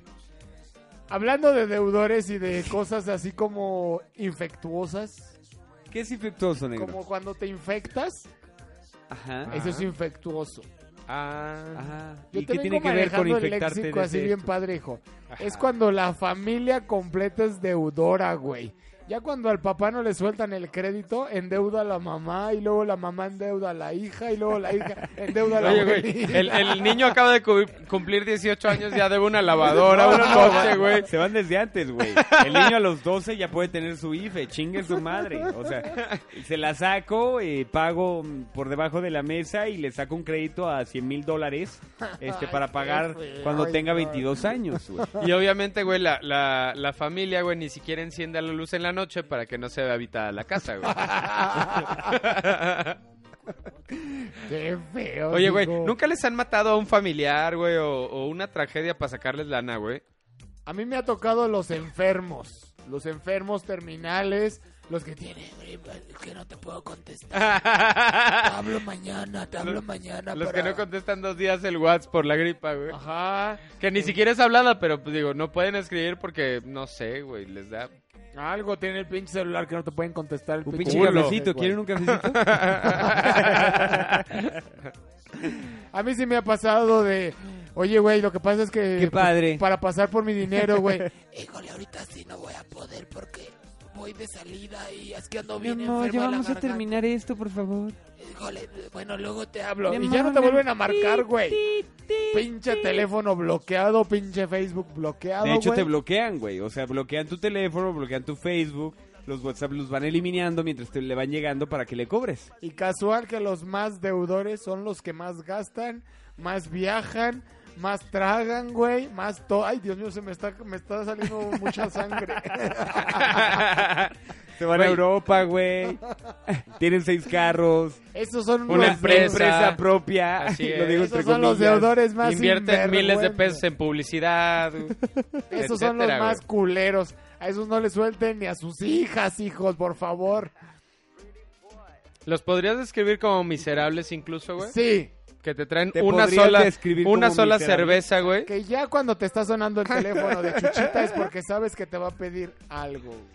Hablando de deudores y de cosas así como infectuosas,
¿Qué es infectuoso, negro?
como cuando te infectas,
Ajá.
eso es infectuoso.
Ah,
Ajá.
Yo
¿Y
te
qué
vengo
tiene que ver con
manejando el
infectarte
léxico
de
así
ese
bien
hecho?
padre, hijo. Es cuando la familia completa es deudora, güey. Ya cuando al papá no le sueltan el crédito, endeuda a la mamá y luego la mamá endeuda a la hija y luego la
*laughs*
hija endeuda a la
Oye, güey,
abuelita.
el, el niño acaba de cu- cumplir 18 años, ya debe
*laughs*
una lavadora, un coche, güey.
Se van desde antes, güey. El niño a los 12 ya puede tener su IFE, chingue su madre. O sea, se la saco, eh, pago mm, por debajo de la mesa y le saco un crédito a 100 mil dólares este,
Ay,
para
qué
pagar
feo,
cuando
ay,
tenga
no.
22 años, güey.
Y obviamente, güey, la, la, la familia, güey, ni siquiera enciende la luz en la noche para que no se vea habitada la
*laughs*
casa, güey.
*laughs* Qué feo.
Oye, güey,
hijo.
¿nunca les han matado a un familiar, güey, o, o una tragedia para sacarles
*laughs*
lana, güey?
A mí me ha tocado los enfermos. Los enfermos terminales. Los que tienen gripa, es que no te puedo contestar. Te hablo mañana, te hablo mañana.
Ah. Los que
para-
no contestan dos días el WhatsApp por la gripa, güey.
Ajá.
Que ni siquiera es hablada, pero pues, digo, no pueden escribir porque, no sé, güey, les da...
Algo tiene el pinche celular que no te pueden contestar. El
Un
pico.
pinche
culo.
cafecito, ¿quieren un cafecito?
A mí sí me ha pasado de. Oye, güey, lo que pasa es que...
Qué padre.
Para pasar por mi
*laughs*
dinero, güey.
Híjole, ahorita sí no voy a poder porque voy de salida y es que ando
Mi
bien
amor,
enfermo
ya
de la
vamos a
garganta.
terminar esto, por favor.
Híjole, bueno, luego te hablo.
Mi
y ya no
amor,
te
mi
vuelven
amor.
a marcar, güey.
Ti, ti,
Pinche
ti.
teléfono bloqueado, pinche Facebook bloqueado,
De hecho,
güey.
te bloquean, güey. O sea, bloquean tu teléfono, bloquean tu Facebook. Los WhatsApp los van eliminando mientras te le van llegando para que le
*laughs*
cobres. *laughs*
Y casual que los más deudores son los que más gastan, más viajan, más tragan, güey, más todo. Ay, Dios mío, se me está, me está saliendo mucha
*laughs*
sangre.
Te van a Europa,
*laughs*
güey. Tienen seis carros.
Esos son
Una
los
empresa.
Empresa propia.
Así
Lo
es.
digo entre
Esos son los
comillas.
deudores más
Invierten miles de
sinvergüenzas.
pesos en publicidad.
Esos son los
etcétera,
más
güey.
culeros. A esos no les suelten ni a sus hijas, hijos, por favor.
¿Los podrías describir como miserables incluso, güey?
Sí,
Que te traen
Te
una
podrías
sola,
describir
una
como
sola
miserable.
*laughs*
cerveza, güey.
que ya cuando te está sonando el teléfono de Chuchita es
*laughs*
porque sabes que te va a pedir algo, güey.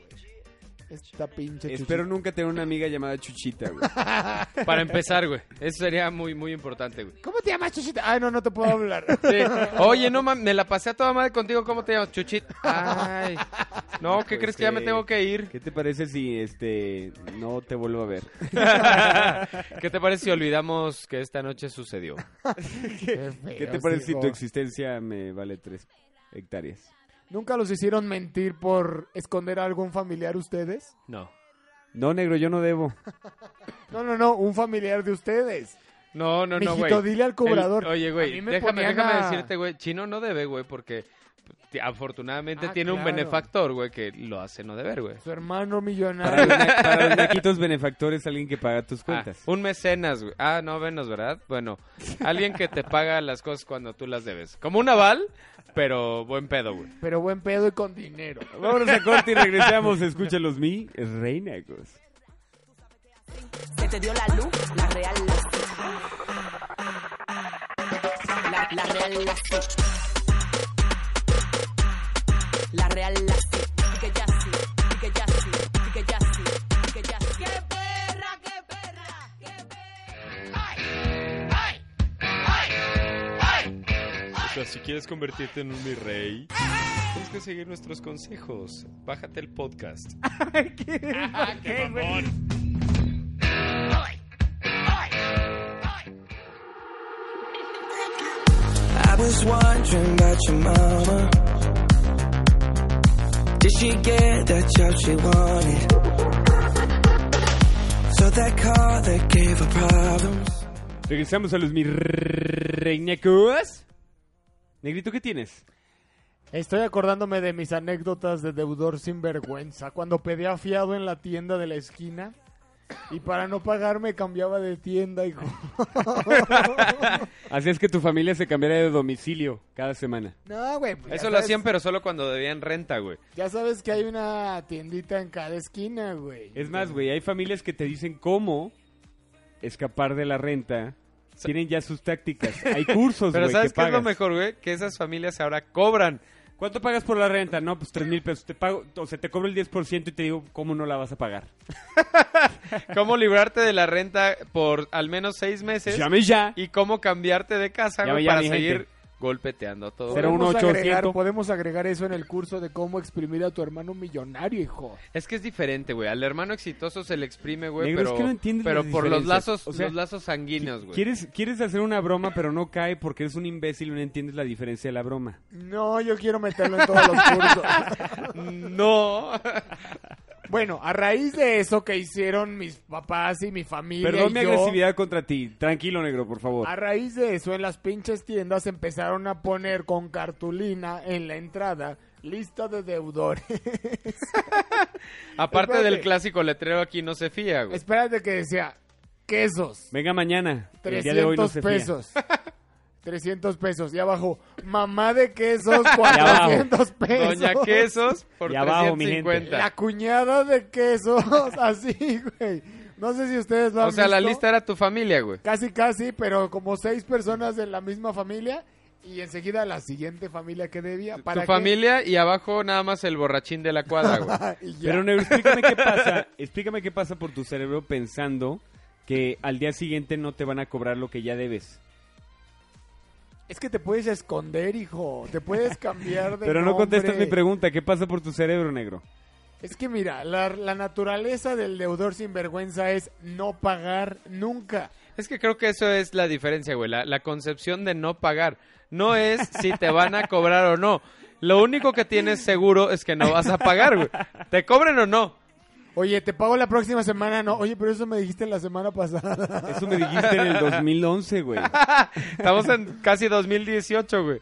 Esta pinche
Espero nunca tener una amiga llamada Chuchita, güey.
Para empezar, güey. Eso sería muy, muy importante, güey.
¿Cómo te llamas, Chuchita? Ay, no, no te puedo hablar.
Sí. Oye, no mames, me la pasé a toda madre contigo. ¿Cómo te llamas? Chuchit. Ay. No, ¿qué
Pues
crees que ya me
que-
tengo que ir?
¿Qué te parece si este no te vuelvo a ver?
*laughs* ¿Qué te parece si olvidamos que esta noche sucedió?
Qué
*laughs* ¿Qué te
feos,
parece si
hijo.
tu existencia me vale tres hectáreas?
¿Nunca los hicieron mentir por esconder a algún familiar ustedes?
No.
No, negro, yo no debo.
No, no, no, un familiar de ustedes.
No, no, no, güey.
Mijito, dile al cobrador.
El- oye,
A
güey,
mí me
déjame,
ponían
déjame
a-
decirte, güey, Chino no debe, güey, porque t- afortunadamente
Ah,
tiene un
claro.
benefactor, güey, que lo hace no deber, güey.
Su hermano
Para los,
millonario.
ne- para los naquitos benefactores, alguien que paga tus
Ah,
cuentas.
un mecenas, güey. Ah, no, venos, ¿verdad? Bueno, alguien que te paga las cosas cuando tú las debes. Como un aval, pero buen pedo, güey.
Pero buen pedo y con dinero.
Vámonos a corte y regresamos. Escúchalos, mi reinagos.
Se te dio la luz, la real la La, la real la La real la Que ya sí, que ya sí, que ya sí, que ya sí. ¡Qué perra, qué perra! ¡Qué
O sea, si quieres convertirte en un mi rey, tienes que seguir nuestros consejos. Bájate el podcast.
I was wondering about your mama. Did she get that job she wanted? So that car that gave her problems.
Regresamos a los mi reinacos. Negrito, ¿qué tienes?
Estoy acordándome de mis anécdotas de deudor sin vergüenza. Cuando pedía fiado en la tienda de la esquina y para no pagarme cambiaba de tienda, hijo.
Así es que tu familia se cambiará de domicilio cada semana.
*laughs* No, güey. pues ya
Eso lo
sabes-
hacían, pero solo cuando debían renta, güey.
Ya sabes que hay una tiendita en cada esquina, güey.
Es más, güey, hay familias que te dicen cómo escapar de la renta. Tienen ya sus tácticas. Hay cursos,
*laughs* Pero
Pues, güey,
¿sabes
que
qué es lo
pagas.
mejor, güey? Que esas familias ahora cobran.
¿Cuánto pagas por la renta? No, pues tres mil pesos. Te pago, o sea, te cobro el 10% y te digo cómo no la vas a pagar.
¿Cómo librarte de la renta por al menos seis meses?
Llame ya.
Y cómo cambiarte de casa,
Ya
güey,
me llama
para
mi gente.
seguir golpeteando a todo.
Pero
güey.
un
Podemos
800.
agregar- Podemos agregar eso en el curso de cómo exprimir a tu hermano millonario, hijo.
Es que es diferente, güey. Al hermano exitoso se le exprime, güey,
Negro, es
pero,
que no entiendes
pero
las
por los
diferencias.
lazos,
O sea,
los lazos sanguíneos, güey.
¿Quieres, quieres hacer una broma, pero no cae porque eres un imbécil y no entiendes la diferencia de la broma.
No, yo quiero meterlo en todos los cursos.
No.
*laughs*
*laughs*
Bueno, a raíz de eso que hicieron mis papás y mi familia.
Perdón
y
mi
yo, Ah,
agresividad contra ti. Tranquilo, negro, por favor.
A raíz de eso, en las pinches tiendas empezaron a poner con cartulina en la entrada lista de deudores.
Aparte
Espérate.
del clásico letrero aquí no se fía,
*laughs*
güey.
Espérate que decía, quesos,
Venga mañana. El día de hoy no
300
se fía.
pesos. *laughs* 300 pesos. Y abajo, mamá de
*laughs*
quesos,
abajo.
400 pesos.
Doña Quesos por
Y abajo, mi gente.
350.
La cuñada de quesos, *laughs* así, güey. No sé si ustedes lo han
O sea, la
visto.
lista era tu familia, güey.
Casi, casi, pero como seis personas de la misma familia y enseguida la siguiente familia que debía. ¿Para
Tu
qué?
familia y abajo nada más el borrachín de la cuadra, güey.
*laughs* Y ya.
Pero negro, explícame
*laughs*
qué pasa. Explícame qué pasa por tu cerebro pensando que al día siguiente no te van a cobrar lo que ya debes.
Es que te puedes esconder, hijo. Te puedes cambiar de
Pero no contestas
nombre.
mi pregunta. ¿Qué pasa por tu cerebro, negro?
Es que mira, la, la naturaleza del deudor sinvergüenza es no pagar nunca.
Es que creo que eso es la diferencia, güey. La, la concepción de no pagar. No es si te van a cobrar o no. Lo único que tienes seguro es que no vas a pagar, güey. Te cobren o no.
Oye, te pago la próxima semana, no. Oye, pero eso me dijiste la semana pasada. *laughs*
Eso me dijiste en el 2011, güey.
Estamos en casi 2018, güey.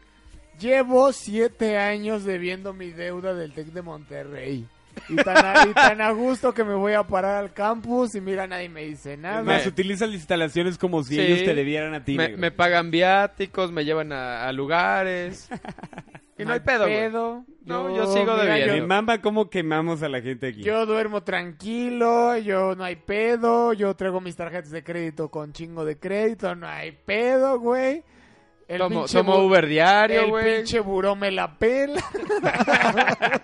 Llevo siete años debiendo mi deuda del TEC de Monterrey. Y tan, a, y tan a gusto que me voy a parar al campus y mira, nadie *laughs* me dice nada.
Es Más utilizan las instalaciones como si
Sí.
ellos te debieran a ti.
Me,
negro.
me pagan viáticos, me llevan a,
*laughs*
a lugares. Y no hay pedo, güey. No, yo sigo
mira,
debiendo.
Mi mamba, ¿cómo quemamos a la gente aquí?
Yo duermo tranquilo, yo no hay pedo, yo traigo mis tarjetas de crédito con chingo de crédito, no hay pedo, güey. El
Tomo,
pinche
tomo
bu-
Uber diario,
el
güey.
pinche buró me la pela. *laughs*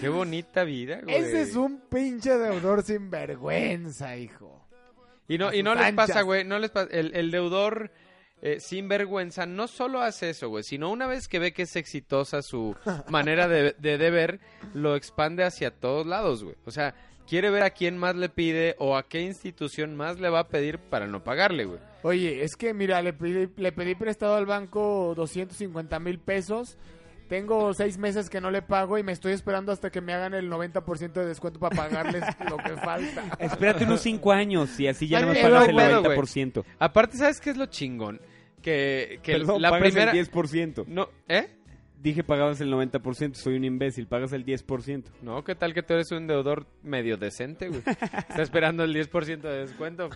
Qué bonita vida, *laughs* güey.
Ese es un pinche deudor sin vergüenza, hijo.
Y no,
A
y
sus
no les pasa,
anchas.
güey, no les pasa. El, el deudor eh, sin vergüenza no solo hace eso, güey, sino una vez que ve que es
*laughs*
exitosa su manera de, de deber, lo expande hacia todos lados, güey. O sea, quiere ver a quién más le pide o a qué institución más le va a pedir para no pagarle, güey.
Oye, es que mira, le pedí, le pedí prestado al banco 250 mil pesos. Tengo seis meses que no le pago y me estoy esperando hasta que me hagan el 90% de descuento para
*laughs*
pagarles lo que falta.
Espérate unos 5 años y así ya no
No
me
hay
pagas el
pedo, güey.
90%.
Aparte, ¿sabes qué es lo chingón? Que, que
Perdón,
la
pagas
primera...
el 10%.
No, ¿eh?
Dije pagabas el 90%, soy un imbécil, pagas el 10%.
No, ¿qué tal que tú eres un deudor medio decente, güey? Está esperando el 10% de descuento.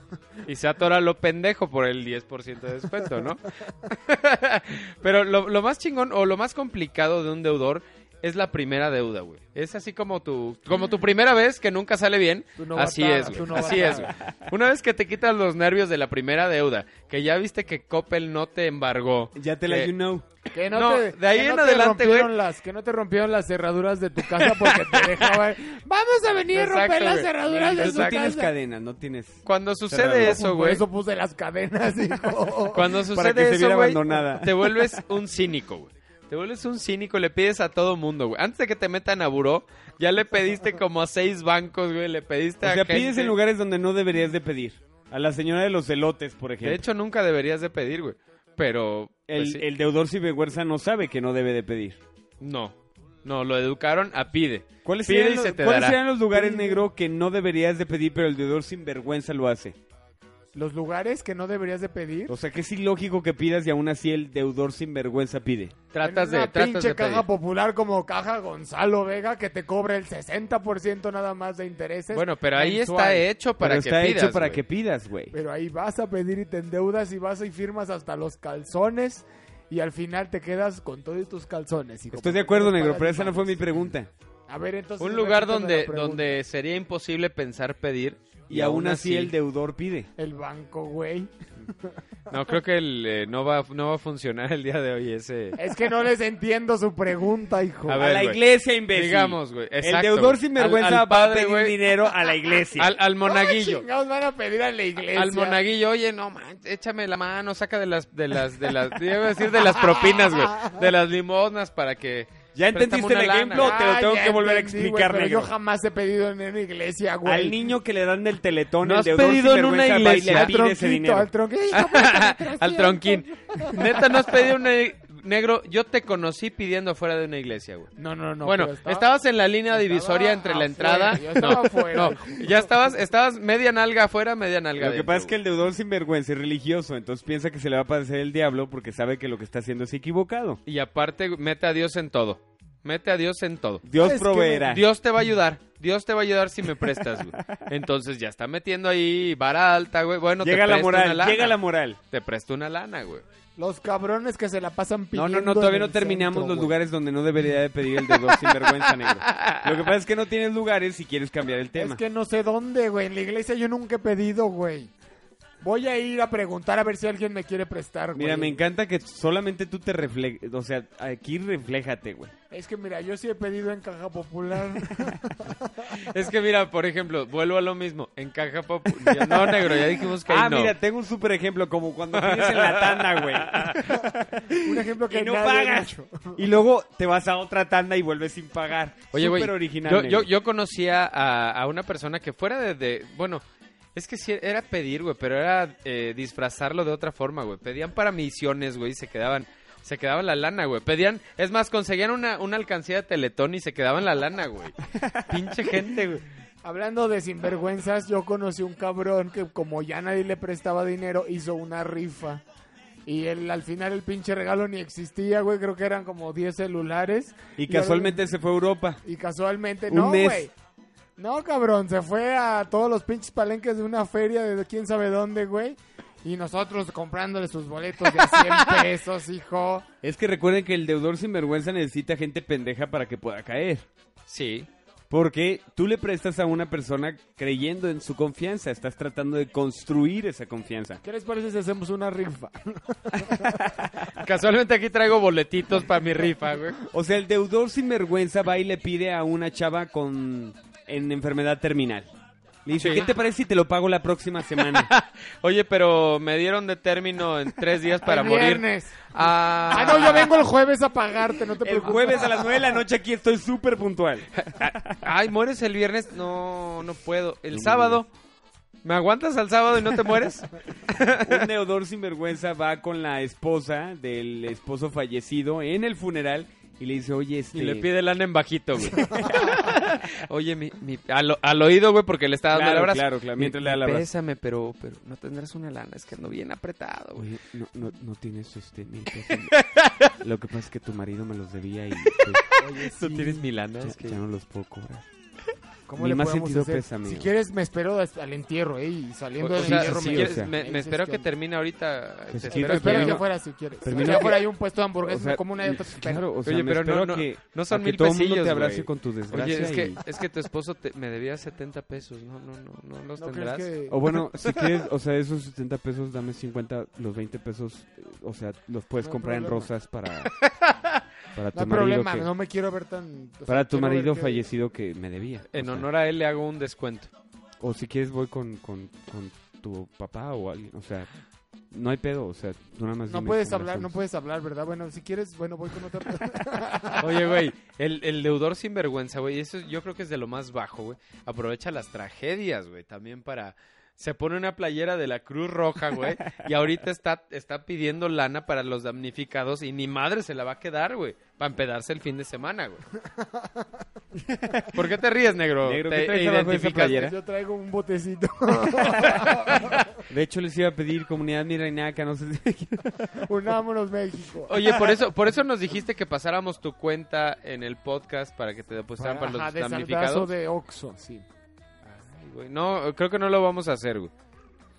Y se atora lo pendejo por el 10% de descuento, ¿no? *laughs* Pero lo, lo más chingón o lo más complicado de un deudor es la primera deuda, güey. Es así como tu, como tu primera vez que nunca sale bien.
Tu novatada,
así es,
tu
güey.
novatada.
Así es, güey. Una vez que te quitas los nervios de la primera deuda, que ya viste que Coppel no te embargó.
Ya te la
que-
you know.
Que no,
No,
te,
de ahí
que
en
no te
adelante, güey.
rompieron las, que no te rompieron las cerraduras de tu casa porque te dejaba. Vamos a venir a romper
Exacto,
las
güey.
cerraduras de
Entonces
su
no tienes
casa.
cadenas, no tienes...
Cuando
Cerrado.
sucede eso,
Por
güey.
eso puse las cadenas, hijo.
*laughs* Cuando
Para
sucede
que se
eso,
viera
güey,
abandonada.
te vuelves un cínico, güey. Te vuelves un cínico, le pides a todo mundo, güey. Antes de que te metan a buró, ya le pediste como a seis bancos, güey. Le pediste
O
a
sea,
gente.
pides en lugares donde no deberías de pedir. A la señora de los elotes, por ejemplo.
De hecho, nunca deberías de pedir, güey. Pero
el,
pues, sí.
el deudor sin vergüenza no sabe que no debe de pedir.
no, no lo educaron a pide.
¿Cuáles
Pide
serían,
y
los,
se te
cuáles
dará.
serían los lugares negro que no deberías de pedir, pero el deudor sin vergüenza lo hace?
Los lugares que no deberías de pedir.
O sea, que es ilógico que pidas y aún así el deudor sin vergüenza pide.
Tratas
en una
de, tratas
pinche
de pedir.
caja popular como Caja Gonzalo Vega que te cobra el 60% nada más de intereses.
Bueno, pero ahí está ¿eh?
mensual.
hecho para
pero
que
está
pidas,
hecho para
güey.
que pidas, güey.
Pero ahí vas a pedir y te endeudas y vas y firmas hasta los calzones y al final te quedas con todos tus calzones. hijo,
Estoy
porque
de acuerdo,
no
negro,
pagas
pero esa no fue mi
impuestos.
pregunta.
A ver, entonces.
Un lugar
repíteme la
donde
pregunta.
donde sería imposible pensar pedir
Y, aún así el deudor pide.
El banco, güey.
No creo que el, eh, no va no va a funcionar el día de hoy ese.
Es que no les entiendo su pregunta, hijo.
A ver, güey.
iglesia, imbécil.
Digamos, güey.
El
Exacto,
deudor
güey.
sin vergüenza
Al- al
va a
padre,
pedir
güey.
dinero a la iglesia.
Al, al
¿Cómo
monaguillo.
chingados van a pedir a la iglesia?
Al monaguillo, oye, no manches, échame la mano, saca de las, de las, de las, te iba a decir de las propinas, güey, de las limosnas para que.
¿Ya
préstame
entendiste el
una
ejemplo?
lana. Ah,
Te lo tengo
ya
que volver a
entendí, güey,
explicar,
pero
negro.
Yo jamás he pedido en una iglesia, güey.
Al niño que le dan del teletón,
¿No
el
has
deudor
pedido en una
sinvergüenza va y le
iglesia?
al
Al
pide ese
tronquito,
dinero.
al tronquito.
*laughs*
Ay, cómprame 300.
Al tronquín. Neta, no has pedido un ne- negro. Yo te conocí pidiendo afuera de una iglesia, güey.
No, no, no.
bueno,
pero estaba-
estabas en la línea
estaba
divisoria entre
afuera,
la entrada.
yo estaba
no,
afuera.
no, ya estabas, estabas media nalga afuera, media nalga.
Lo que
adentro,
pasa es que
güey.
el deudor sinvergüenza es religioso, entonces piensa que se le va a parecer el diablo porque sabe que lo que está haciendo es equivocado.
Y aparte, güey, mete a Dios en todo. Mete a Dios en todo.
Dios
¿Sabes qué,
proveerá.
Dios te va a ayudar. Dios te va a ayudar si me prestas,
*laughs*
güey. Entonces ya está metiendo ahí vara alta, güey. Bueno,
llega
te
la
presto una
moral,
lana.
llega la moral.
Te presto una lana, güey.
Los cabrones que se la pasan
No,
pidiendo.
no, no,
en
todavía no
el
terminamos
centro,
los
güey.
lugares donde no debería de pedir el deudor sinvergüenza negro. Lo que pasa es que no tienes lugares si quieres cambiar el tema.
Es que no sé dónde, güey. En la iglesia yo nunca he pedido, güey. Voy a ir a preguntar a ver si alguien me quiere prestar, güey.
Mira, me encanta que solamente tú te reflejes. O sea, aquí refléjate, güey.
Es que mira, yo sí he pedido en Caja Popular.
*laughs*
Es que mira, por ejemplo, vuelvo a lo mismo. En caja popular. No, negro, ya dijimos que ahí
Ah,
no.
mira, tengo un súper ejemplo, como cuando tienes en la tanda, güey.
Un ejemplo que
y no
nadie ha
pagas.
hecho.
Y luego te vas a otra tanda y vuelves sin pagar.
Oye, güey,
Súper original.
yo,
negro.
yo, yo conocía a, a una persona que fuera de, de- Bueno, es que sí, era pedir, güey, pero era eh, disfrazarlo de otra forma, güey. Pedían para misiones, güey, y se quedaban... Se quedaban la lana, güey. Pedían... Es más, conseguían una, una alcancía de Teletón y se quedaban la lana,
*laughs*
güey. Pinche gente, güey.
Hablando de sinvergüenzas, yo conocí un cabrón que como ya nadie le prestaba dinero, hizo una rifa. Y él, al final el pinche regalo ni existía, güey. Creo que eran como 10 celulares.
Y casualmente se fue a Europa.
Y casualmente,
Un
no,
mes.
güey. No, cabrón, se fue a todos los pinches palenques de una feria de quién sabe dónde, güey. Y nosotros comprándole sus boletos de a
*laughs*
100 pesos, hijo.
Es que recuerden que el deudor sinvergüenza necesita gente pendeja para que pueda caer.
Sí.
Porque tú le prestas a una persona creyendo en su confianza. Estás tratando de construir esa confianza.
¿Qué les parece si hacemos una rifa?
Casualmente aquí traigo boletitos para mi rifa, güey.
O sea, el deudor sinvergüenza va y le pide a una chava con en enfermedad terminal. Le dice,
Sí.
¿qué te parece si te lo pago la próxima
*laughs*
semana?
Oye, pero me dieron de término en tres días para
El
morir.
viernes.
Ah,
Ah, no, yo vengo el jueves a pagarte, no te
el
preocupes.
jueves a las 9 de la noche aquí estoy súper
*laughs*
puntual.
Ay, mueres el viernes. No, no puedo. El sábado. ¿Me aguantas al sábado y no te *laughs* mueres?
Un deudor sinvergüenza va con la esposa del esposo fallecido en el funeral y le dice, oye, este...
Y le pide lana en bajito, *laughs* güey. Oye, mi, mi- al, al oído, güey, porque le está dando
Claro,
el abrazo.
claro, claro,
Mi-
mientras le da el
mi
abrazo.
Pésame, pero, pero no tendrás una lana, es que ando bien apretado, güey.
Oye, no, no, no tienes este... mil pesos. Lo que pasa es que tu marido me los debía y... pues,
Tú tienes mi lana,
ya-
es que...
ya no los puedo cobrar.
¿Cómo
Ni
le
más
podemos
sentido
hacer?
pésame,
Si
güey.
quieres, me espero hasta el entierro, ¿eh? Y saliendo
O
del
sea,
entierro,
si
me-
quieres,
o sea.
me, me
dices
espero
qué
que
onda.
termine ahorita.
Pues
Te
sí,
espero
Pero espera
que-
que
Termino-
afuera si quieres.
termino
Allá
que-
afuera hay un puesto de hamburguesas,
O sea,
como una de otras.
Claro, o sea,
Oye,
me
pero
espero
no, no,
a que,
no son
a
mil
que todo el mundo
pesillos,
te abrace
güey.
con tu desgracia.
Oye, es que,
y-
es que tu esposo te- me debía 70 pesos. No, no, no, no los
¿No crees
tendrás.
que...
O bueno, si quieres, o sea, esos 70 pesos, dame 50, los 20 pesos, eh, o sea, los puedes
No hay
comprar en
problema.
rosas para, para tu
No hay
marido,
problema,
que-
no me quiero ver tan... o sea,
para tu
quiero ver
marido
que-
fallecido que me debía.
En
o sea,
honor a él le hago un descuento.
O si quieres voy con, con, con tu papá o alguien, o sea, no hay pedo, o sea, tú nada más
No
dime
puedes
cómo lo
hablar, no
hacemos.
puedes hablar, ¿verdad? Bueno, si quieres, bueno, voy con otra...
*laughs*
Oye, güey, el, el deudor sinvergüenza, güey, eso yo creo que es de lo más bajo, güey. Aprovecha las tragedias, güey, también para... Se pone una playera de la Cruz Roja, güey, y ahorita está, está pidiendo lana para los damnificados y ni madre se la va a quedar, güey, para empedarse el fin de semana, güey. ¿Por qué te ríes, negro?
Negro, ¿qué
¿Te
traes abajo de esa
identificaste?
playera?
Yo traigo
*laughs*
un botecito.
De hecho, les iba a pedir comunidad mi reinaca, no sé si-
Unámonos, México.
Oye, por eso, por eso nos dijiste que pasáramos tu cuenta en el podcast para que te depositaran para,
Ajá,
los
de saldazo
damnificados.
de Oxxo, sí.
Ay, güey, No, creo que no lo vamos a hacer, güey.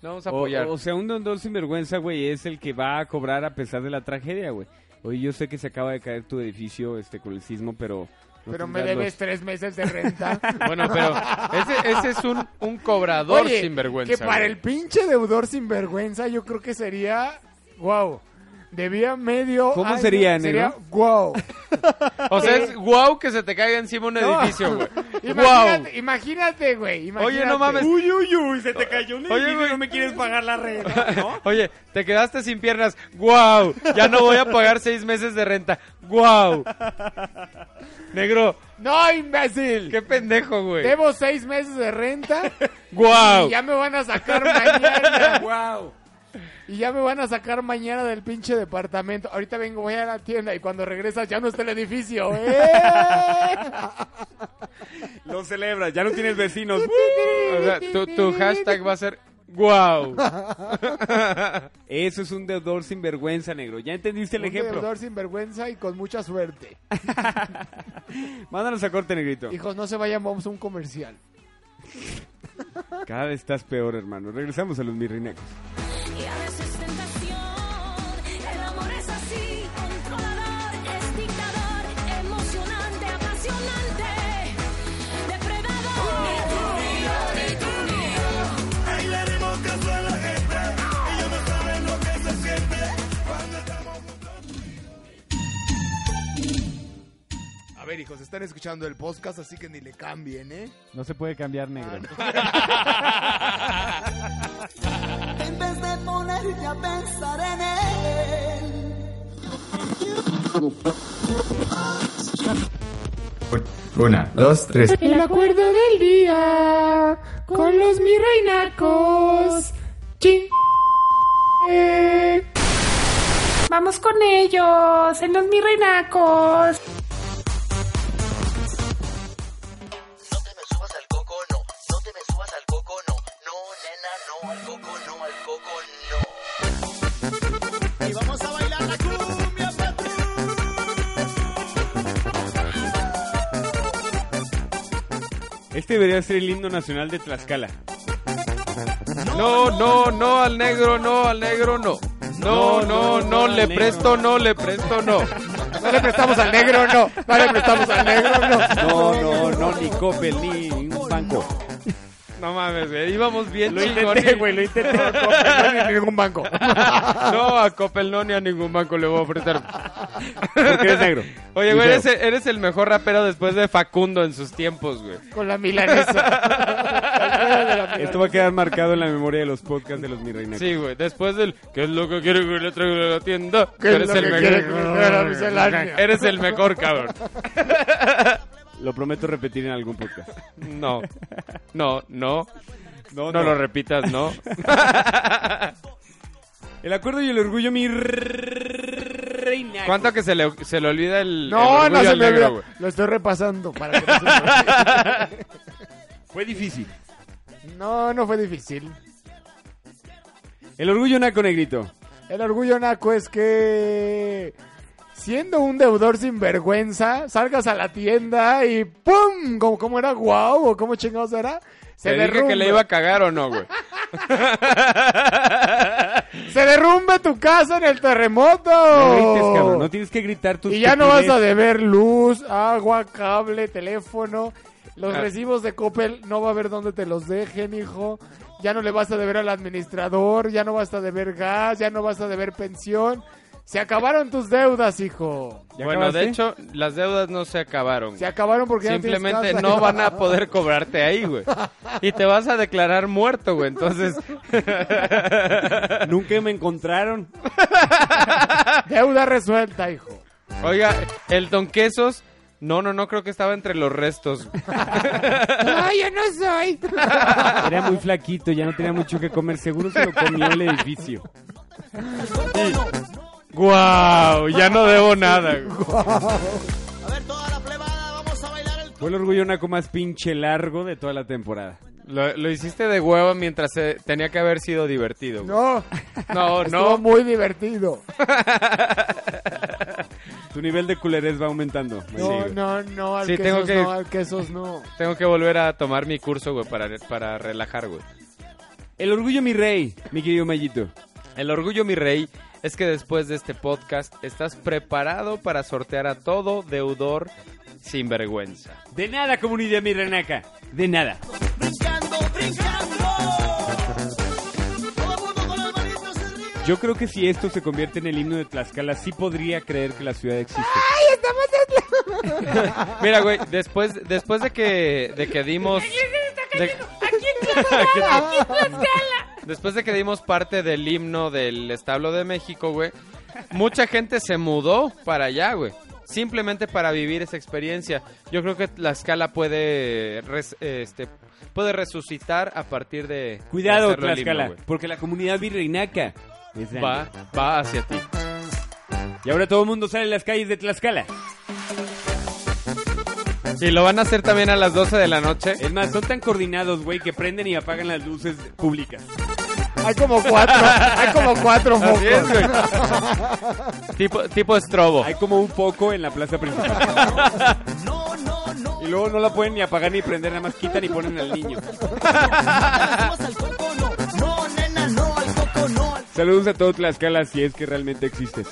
No vamos a
O,
apoyar.
o sea, un deudor sinvergüenza, güey, es el que va a cobrar a pesar de la tragedia, güey. Oye, yo sé que se acaba de caer tu edificio este, con el sismo, pero... no
Pero me
tendrás los-
debes tres meses de
*laughs*
renta.
Bueno, pero ese, ese es un, un cobrador
Oye,
sinvergüenza.
Que para
güey.
el pinche deudor sinvergüenza, yo creo que sería. ¡Wow! Debía medio.
¿Cómo
año,
sería,
Sería.
negro? *laughs*
¡Wow!
O sea, es guau que se te caiga encima un
*laughs*
edificio, güey.
Imagínate,
Guau.
imagínate, güey. imagínate.
Oye, no mames.
Uy, uy, uy, se te cayó un
Oye,
edificio,
güey.
no me quieres pagar la renta, ¿no?
*laughs* Oye, te quedaste sin piernas. Guau. Ya no voy a pagar seis meses de renta. Guau. Negro,
¡No, imbécil!
qué pendejo, güey.
Debo seis meses de renta.
Guau.
Y ya me van a sacar
*laughs*
mañana. ¡Wow! Y ya me van a sacar mañana del pinche departamento. Ahorita vengo, voy a la tienda y cuando regresas ya no está el edificio. ¡Eh!
Lo celebras, ya no tienes vecinos.
O sea, tu, tu hashtag va a ser guau.
Eso es un deudor sinvergüenza, negro. ¿Ya entendiste Este el
Un
ejemplo?
deudor sin vergüenza y con mucha suerte.
Mándanos a corte, negrito.
Hijos, no se vayan, vamos a un comercial.
Cada vez estás peor, hermano. Regresamos a los mirrinacos.
Y a veces tentación, el amor es así, controlador, es dictador, emocionante, apasionante, depredador. Ni tú ni yo, ni tú ni yo.
Ahí le dimos caso a la gente.
ver, hijos, están escuchando el podcast, así que ni le cambien, ¿eh?
No se puede cambiar negro.
En vez de ponerte a pensar en él.
Una, dos, tres.
El acuerdo del día con los mi reinacos. Ching. Vamos con ellos en los mi reinacos.
Y vamos a bailar la cumbia,
Este debería ser el himno nacional de Tlaxcala.
No, no, no al negro, no al negro, no. No, no, no, le presto, no, le presto, no.
No le prestamos al negro, no. No le prestamos al negro, no.
No, no, no, ni Coppel, ni un banco.
No mames, güey, íbamos bien
Lo intenté, güey, lo intenté. No, Coppel, no, ni ningún banco.
*laughs* No, a Coppel no ni a ningún banco le voy a prestar.
Porque eres negro.
Oye,
Y
güey,
feo.
eres, eres el mejor rapero después de Facundo en sus tiempos, güey.
Con la milanesa.
Esto va a quedar marcado en la memoria de los podcasts de los Mi Reina.
Sí, güey, después del ¿Qué es lo que quiere que le traiga de la tienda?
¿Qué es
Tú eres
lo
el
que quiere que le traiga la miscelánea?
mejor. Eres el mejor, cabrón.
Lo prometo repetir en algún podcast.
No. No, no.
No,
No,
no.
lo repitas, no.
El acuerdo y el orgullo, mi reina.
¿Cuánto que se le, se le olvida el.
No,
el
no
orgullo
se
al
me
negro,
olvidó.
güey?
Lo estoy repasando para que no se me olvide.
Fue difícil.
No, no fue difícil.
El orgullo naco negrito.
El orgullo naco es que siendo un deudor sin vergüenza, salgas a la tienda y ¡pum! Como, como era guau o como chingados era, se
¿Te dije
derrumba.
que le iba a cagar o no,
*laughs*
güey?
Se derrumbe tu casa en el terremoto.
No grites, cabrón. No tienes que gritar tus
y ya no vas
pequeñez.
a deber luz, agua, cable, teléfono. Los
Ah.
recibos de Coppel no va a haber dónde te los dejen, hijo. Ya no le vas a deber al administrador, ya no vas a deber gas, ya no vas a deber pensión. Se acabaron tus deudas, hijo.
Bueno, de hecho, las deudas no se acabaron.
Se acabaron porque ya no tienes
Simplemente
casa.
no van a poder cobrarte
*laughs*
ahí, güey. Y te vas a declarar muerto, güey. Entonces,
Nunca me encontraron.
Deuda resuelta, hijo.
oiga, el Don Quesos, no, no, no creo que estaba entre los restos.
No, yo no soy.
Era muy flaquito, ya no tenía mucho que comer. Seguro se lo comió el edificio.
¡Guau! ya no debo nada.
Fue el orgullo naco más pinche largo de toda la temporada.
Lo, lo hiciste de huevo mientras eh, tenía que haber sido divertido. güey.
No.
No,
Estuvo
no.
muy divertido.
Tu nivel de culerés va aumentando.
No, no, no, al
Sí,
quesos
tengo que-
no, al quesos no.
Tengo que volver a tomar mi curso, güey, para, para relajar, güey.
El orgullo, mi rey, mi querido Mayito.
El orgullo, mi rey, es que después de este podcast estás preparado para sortear a todo deudor sin vergüenza.
De nada, comunidad mi renaca. De nada. Yo creo que si esto se convierte en el himno de Tlaxcala, sí podría creer que la ciudad existe.
¡Ay, estamos en la...
Mira, güey, después, después de que, de que dimos. de-
Aquí
*laughs*
en Tlaxcala, aquí en Tlaxcala.
Después de que dimos parte del himno del establo de México, güey, mucha gente se mudó para allá, güey. Simplemente para vivir esa experiencia. Yo creo que Tlaxcala puede, res- este, puede resucitar a partir de.
Cuidado,
hacerlo el himno,
Tlaxcala,
güey.
porque la comunidad virreinaca es grande.
va, va hacia ti.
Y ahora todo el mundo sale a las calles de Tlaxcala.
Y lo van a hacer también a las 12 de la noche.
Es más, son tan coordinados, güey, que prenden y apagan las luces públicas.
Hay como cuatro, hay como cuatro focos.
Así
*laughs*
es, güey. tipo, tipo estrobo.
Hay como un poco en la plaza principal. Y luego no la pueden ni apagar ni prender, nada más quitan y ponen al niño. Saludos a todo Tlaxcala si es que realmente existes.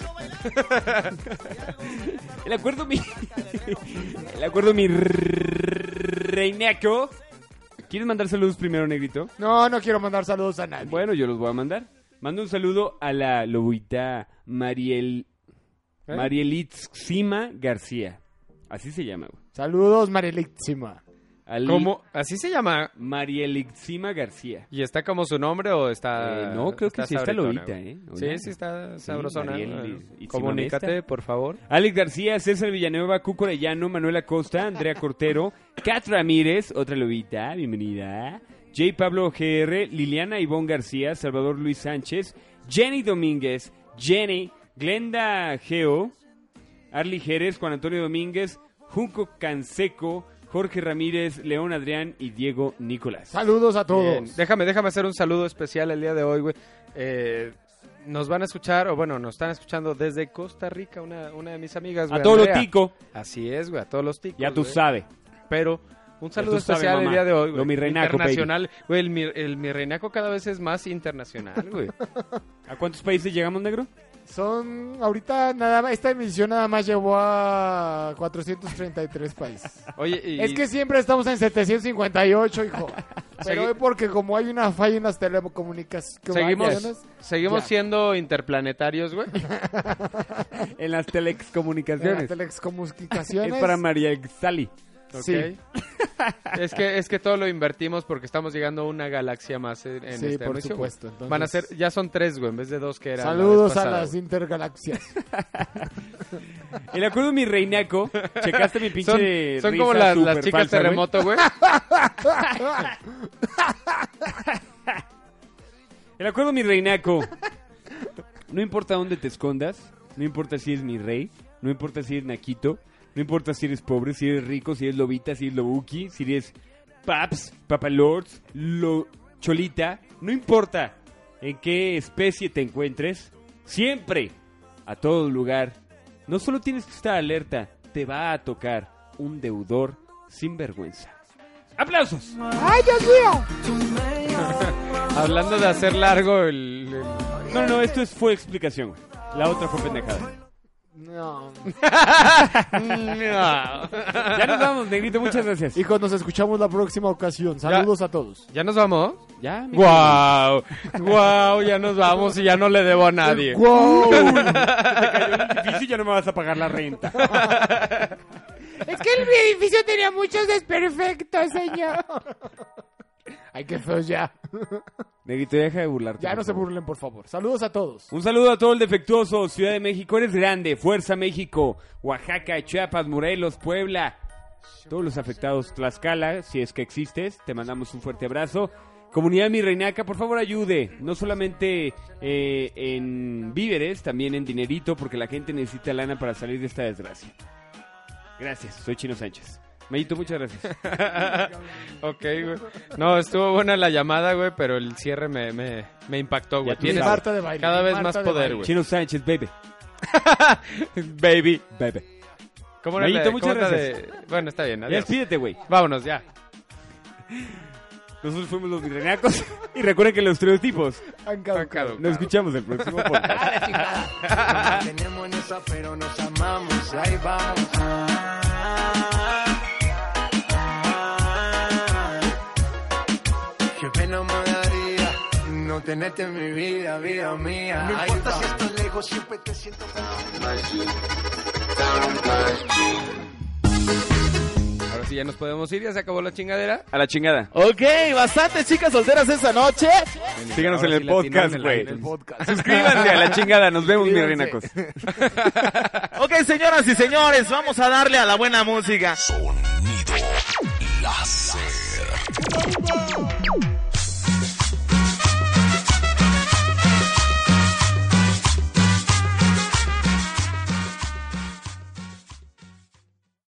El acuerdo mi... El acuerdo mi... Reinaco. ¿Quieres mandar saludos primero, negrito?
No, no quiero mandar saludos a nadie.
Bueno, yo los voy a mandar. Mando un saludo a la lobita Mariel...
¿Eh?
Marielitzima García. Así se llama, güey.
Saludos, Marielísima.
¿Cómo? ¿Así se llama?
Marielixima García.
¿Y está como su nombre o está.?
Eh, no, creo que sí está
sabritona,
Lolita,
güey?
¿eh?
Sí,
Oye.
sí está
Sí,
sabrosona.
Mariel,
Eh,
y- y
Comunícate,
Simonesta.
por favor.
Alex García, César Villanueva, Cuco Arellano, Manuel Acosta, Andrea
*laughs*
Cortero, Kat Ramírez, otra lobita, bienvenida. J. Pablo GR, Liliana Ivonne García, Salvador Luis Sánchez, Jenny Domínguez, Jenny, Glenda Geo, Arly Jerez, Juan Antonio Domínguez, Junco Canseco, Jorge Ramírez, León Adrián y Diego Nicolás.
Saludos a todos.
Bien, Déjame, déjame hacer un saludo especial el día de hoy, güey. Eh, nos van a escuchar, o bueno, nos están escuchando desde Costa Rica, una, una de mis amigas,
A
güey.
todos los
Andrea.
tico,
Así es, güey, a todos los ticos.
ya tú
güey.
sabes.
Pero un saludo
tú sabes,
especial el
mamá.
día de hoy, güey.
Lo mi reinaco, baby.
Internacional. Güey, el, mi, el mi reinaco cada vez es más internacional, güey.
¿A cuántos países llegamos, negro?
Son, ahorita nada más, esta emisión nada más llevó a 433 países. *laughs*
Oye, y-
Es que siempre estamos en 758,
*laughs*
hijo. Pero
Segui-
hoy porque como hay una falla en las telecomunicaciones...
Seguimos, seguimos
Ya.
siendo interplanetarios, güey.
En las
En las
telecomunicaciones.
eh, telecomunicaciones...
Es para María Sali.
*laughs* Sí.
Ok. es que es que todo lo invertimos porque estamos llegando a una galaxia más en, en
Sí,
esta
por
emisión,
supuesto,
güey.
entonces-
Van a ser ya son tres, güey, en vez de dos que eran. la vez
Saludos a
pasada,
las
güey.
intergalaxias.
*laughs*
El acuerdo de mi reinaco. Checaste mi
Son,
pinche.
son como
risa
las, las
súper
chicas
falsa, güey?
terremoto,
*laughs*
güey.
El acuerdo de mi reinaco. *laughs* No importa dónde te escondas. No importa si eres mi rey. No importa si eres naquito. No importa si eres pobre, si eres rico, si eres lobita, si eres lobuki, si eres paps, papalords, lo cholita. No importa en qué especie te encuentres. Siempre, a todo lugar, no solo tienes que estar alerta, te va a tocar un deudor sin vergüenza. ¡Aplausos!
¡Ay, Dios mío!
Hablando de hacer largo el, el-
No, no, no, esto es, fue explicación. güey. La otra fue pendejada.
No. *laughs*
Ya nos vamos, negrito, muchas gracias.
Hijos, nos escuchamos la próxima ocasión. Saludos a todos.
Ya nos vamos.
Ya, mi
Guau. Guau, ya nos vamos y ya no le debo a nadie.
¡Wow!
*laughs*
edificio ya no me vas a pagar la renta.
Es que el edificio tenía muchos desperfectos, señor.
Ay, qué feos
*laughs*
ya.
Negrito, deja de burlarte.
Ya
por
no se
favor.
burlen, por favor. Saludos a todos.
Un saludo a todo el defectuoso, Ciudad de México, eres grande, Fuerza México, Oaxaca, Chiapas, Morelos, Puebla, todos los afectados, Tlaxcala, si es que existes, te mandamos un fuerte abrazo. Comunidad Mi Reinaca, por favor ayude, no solamente eh, en víveres, también en dinerito, porque la gente necesita lana para salir de esta desgracia. Gracias, soy Chino Sánchez. Mayito, muchas *laughs* gracias.
ok, güey. No, estuvo buena la llamada, güey, pero el cierre me, me, me impactó, güey.
tú
Tienes
sabes.
Marta de baile.
cada vez
Marta
más
de
poder,
baile.
güey.
Chino Sánchez, baby,
Baby.
baby.
¿Cómo era
Mayito,
la-
muchas
cómo era
gracias.
de- Bueno, está bien,
Ya
adiós.
despídete, güey.
Vámonos, ya.
Nosotros fuimos los mirrenacos *laughs* y recuerden que los estereotipos
Han caducado.
Caducado.
Nos escuchamos el próximo podcast.
tenemos en esa, pero nos amamos. Ahí vamos. Qué pena me daría no tenerte en mi vida, vida mía. No importa si estás lejos, siempre te siento
Ahora sí, ya nos podemos ir, ya se acabó la chingadera.
*laughs* A la chingada.
Ok, bastantes chicas solteras esa noche.
Síganos en
Ahora
el
sí la
podcast,
atinaron
güey.
en el
Suscríbanse a la chingada. Nos vemos, mis
Suscríbanse.
rinacos.
*laughs*
Ok, señoras y señores, vamos a darle a la buena música.
Láser.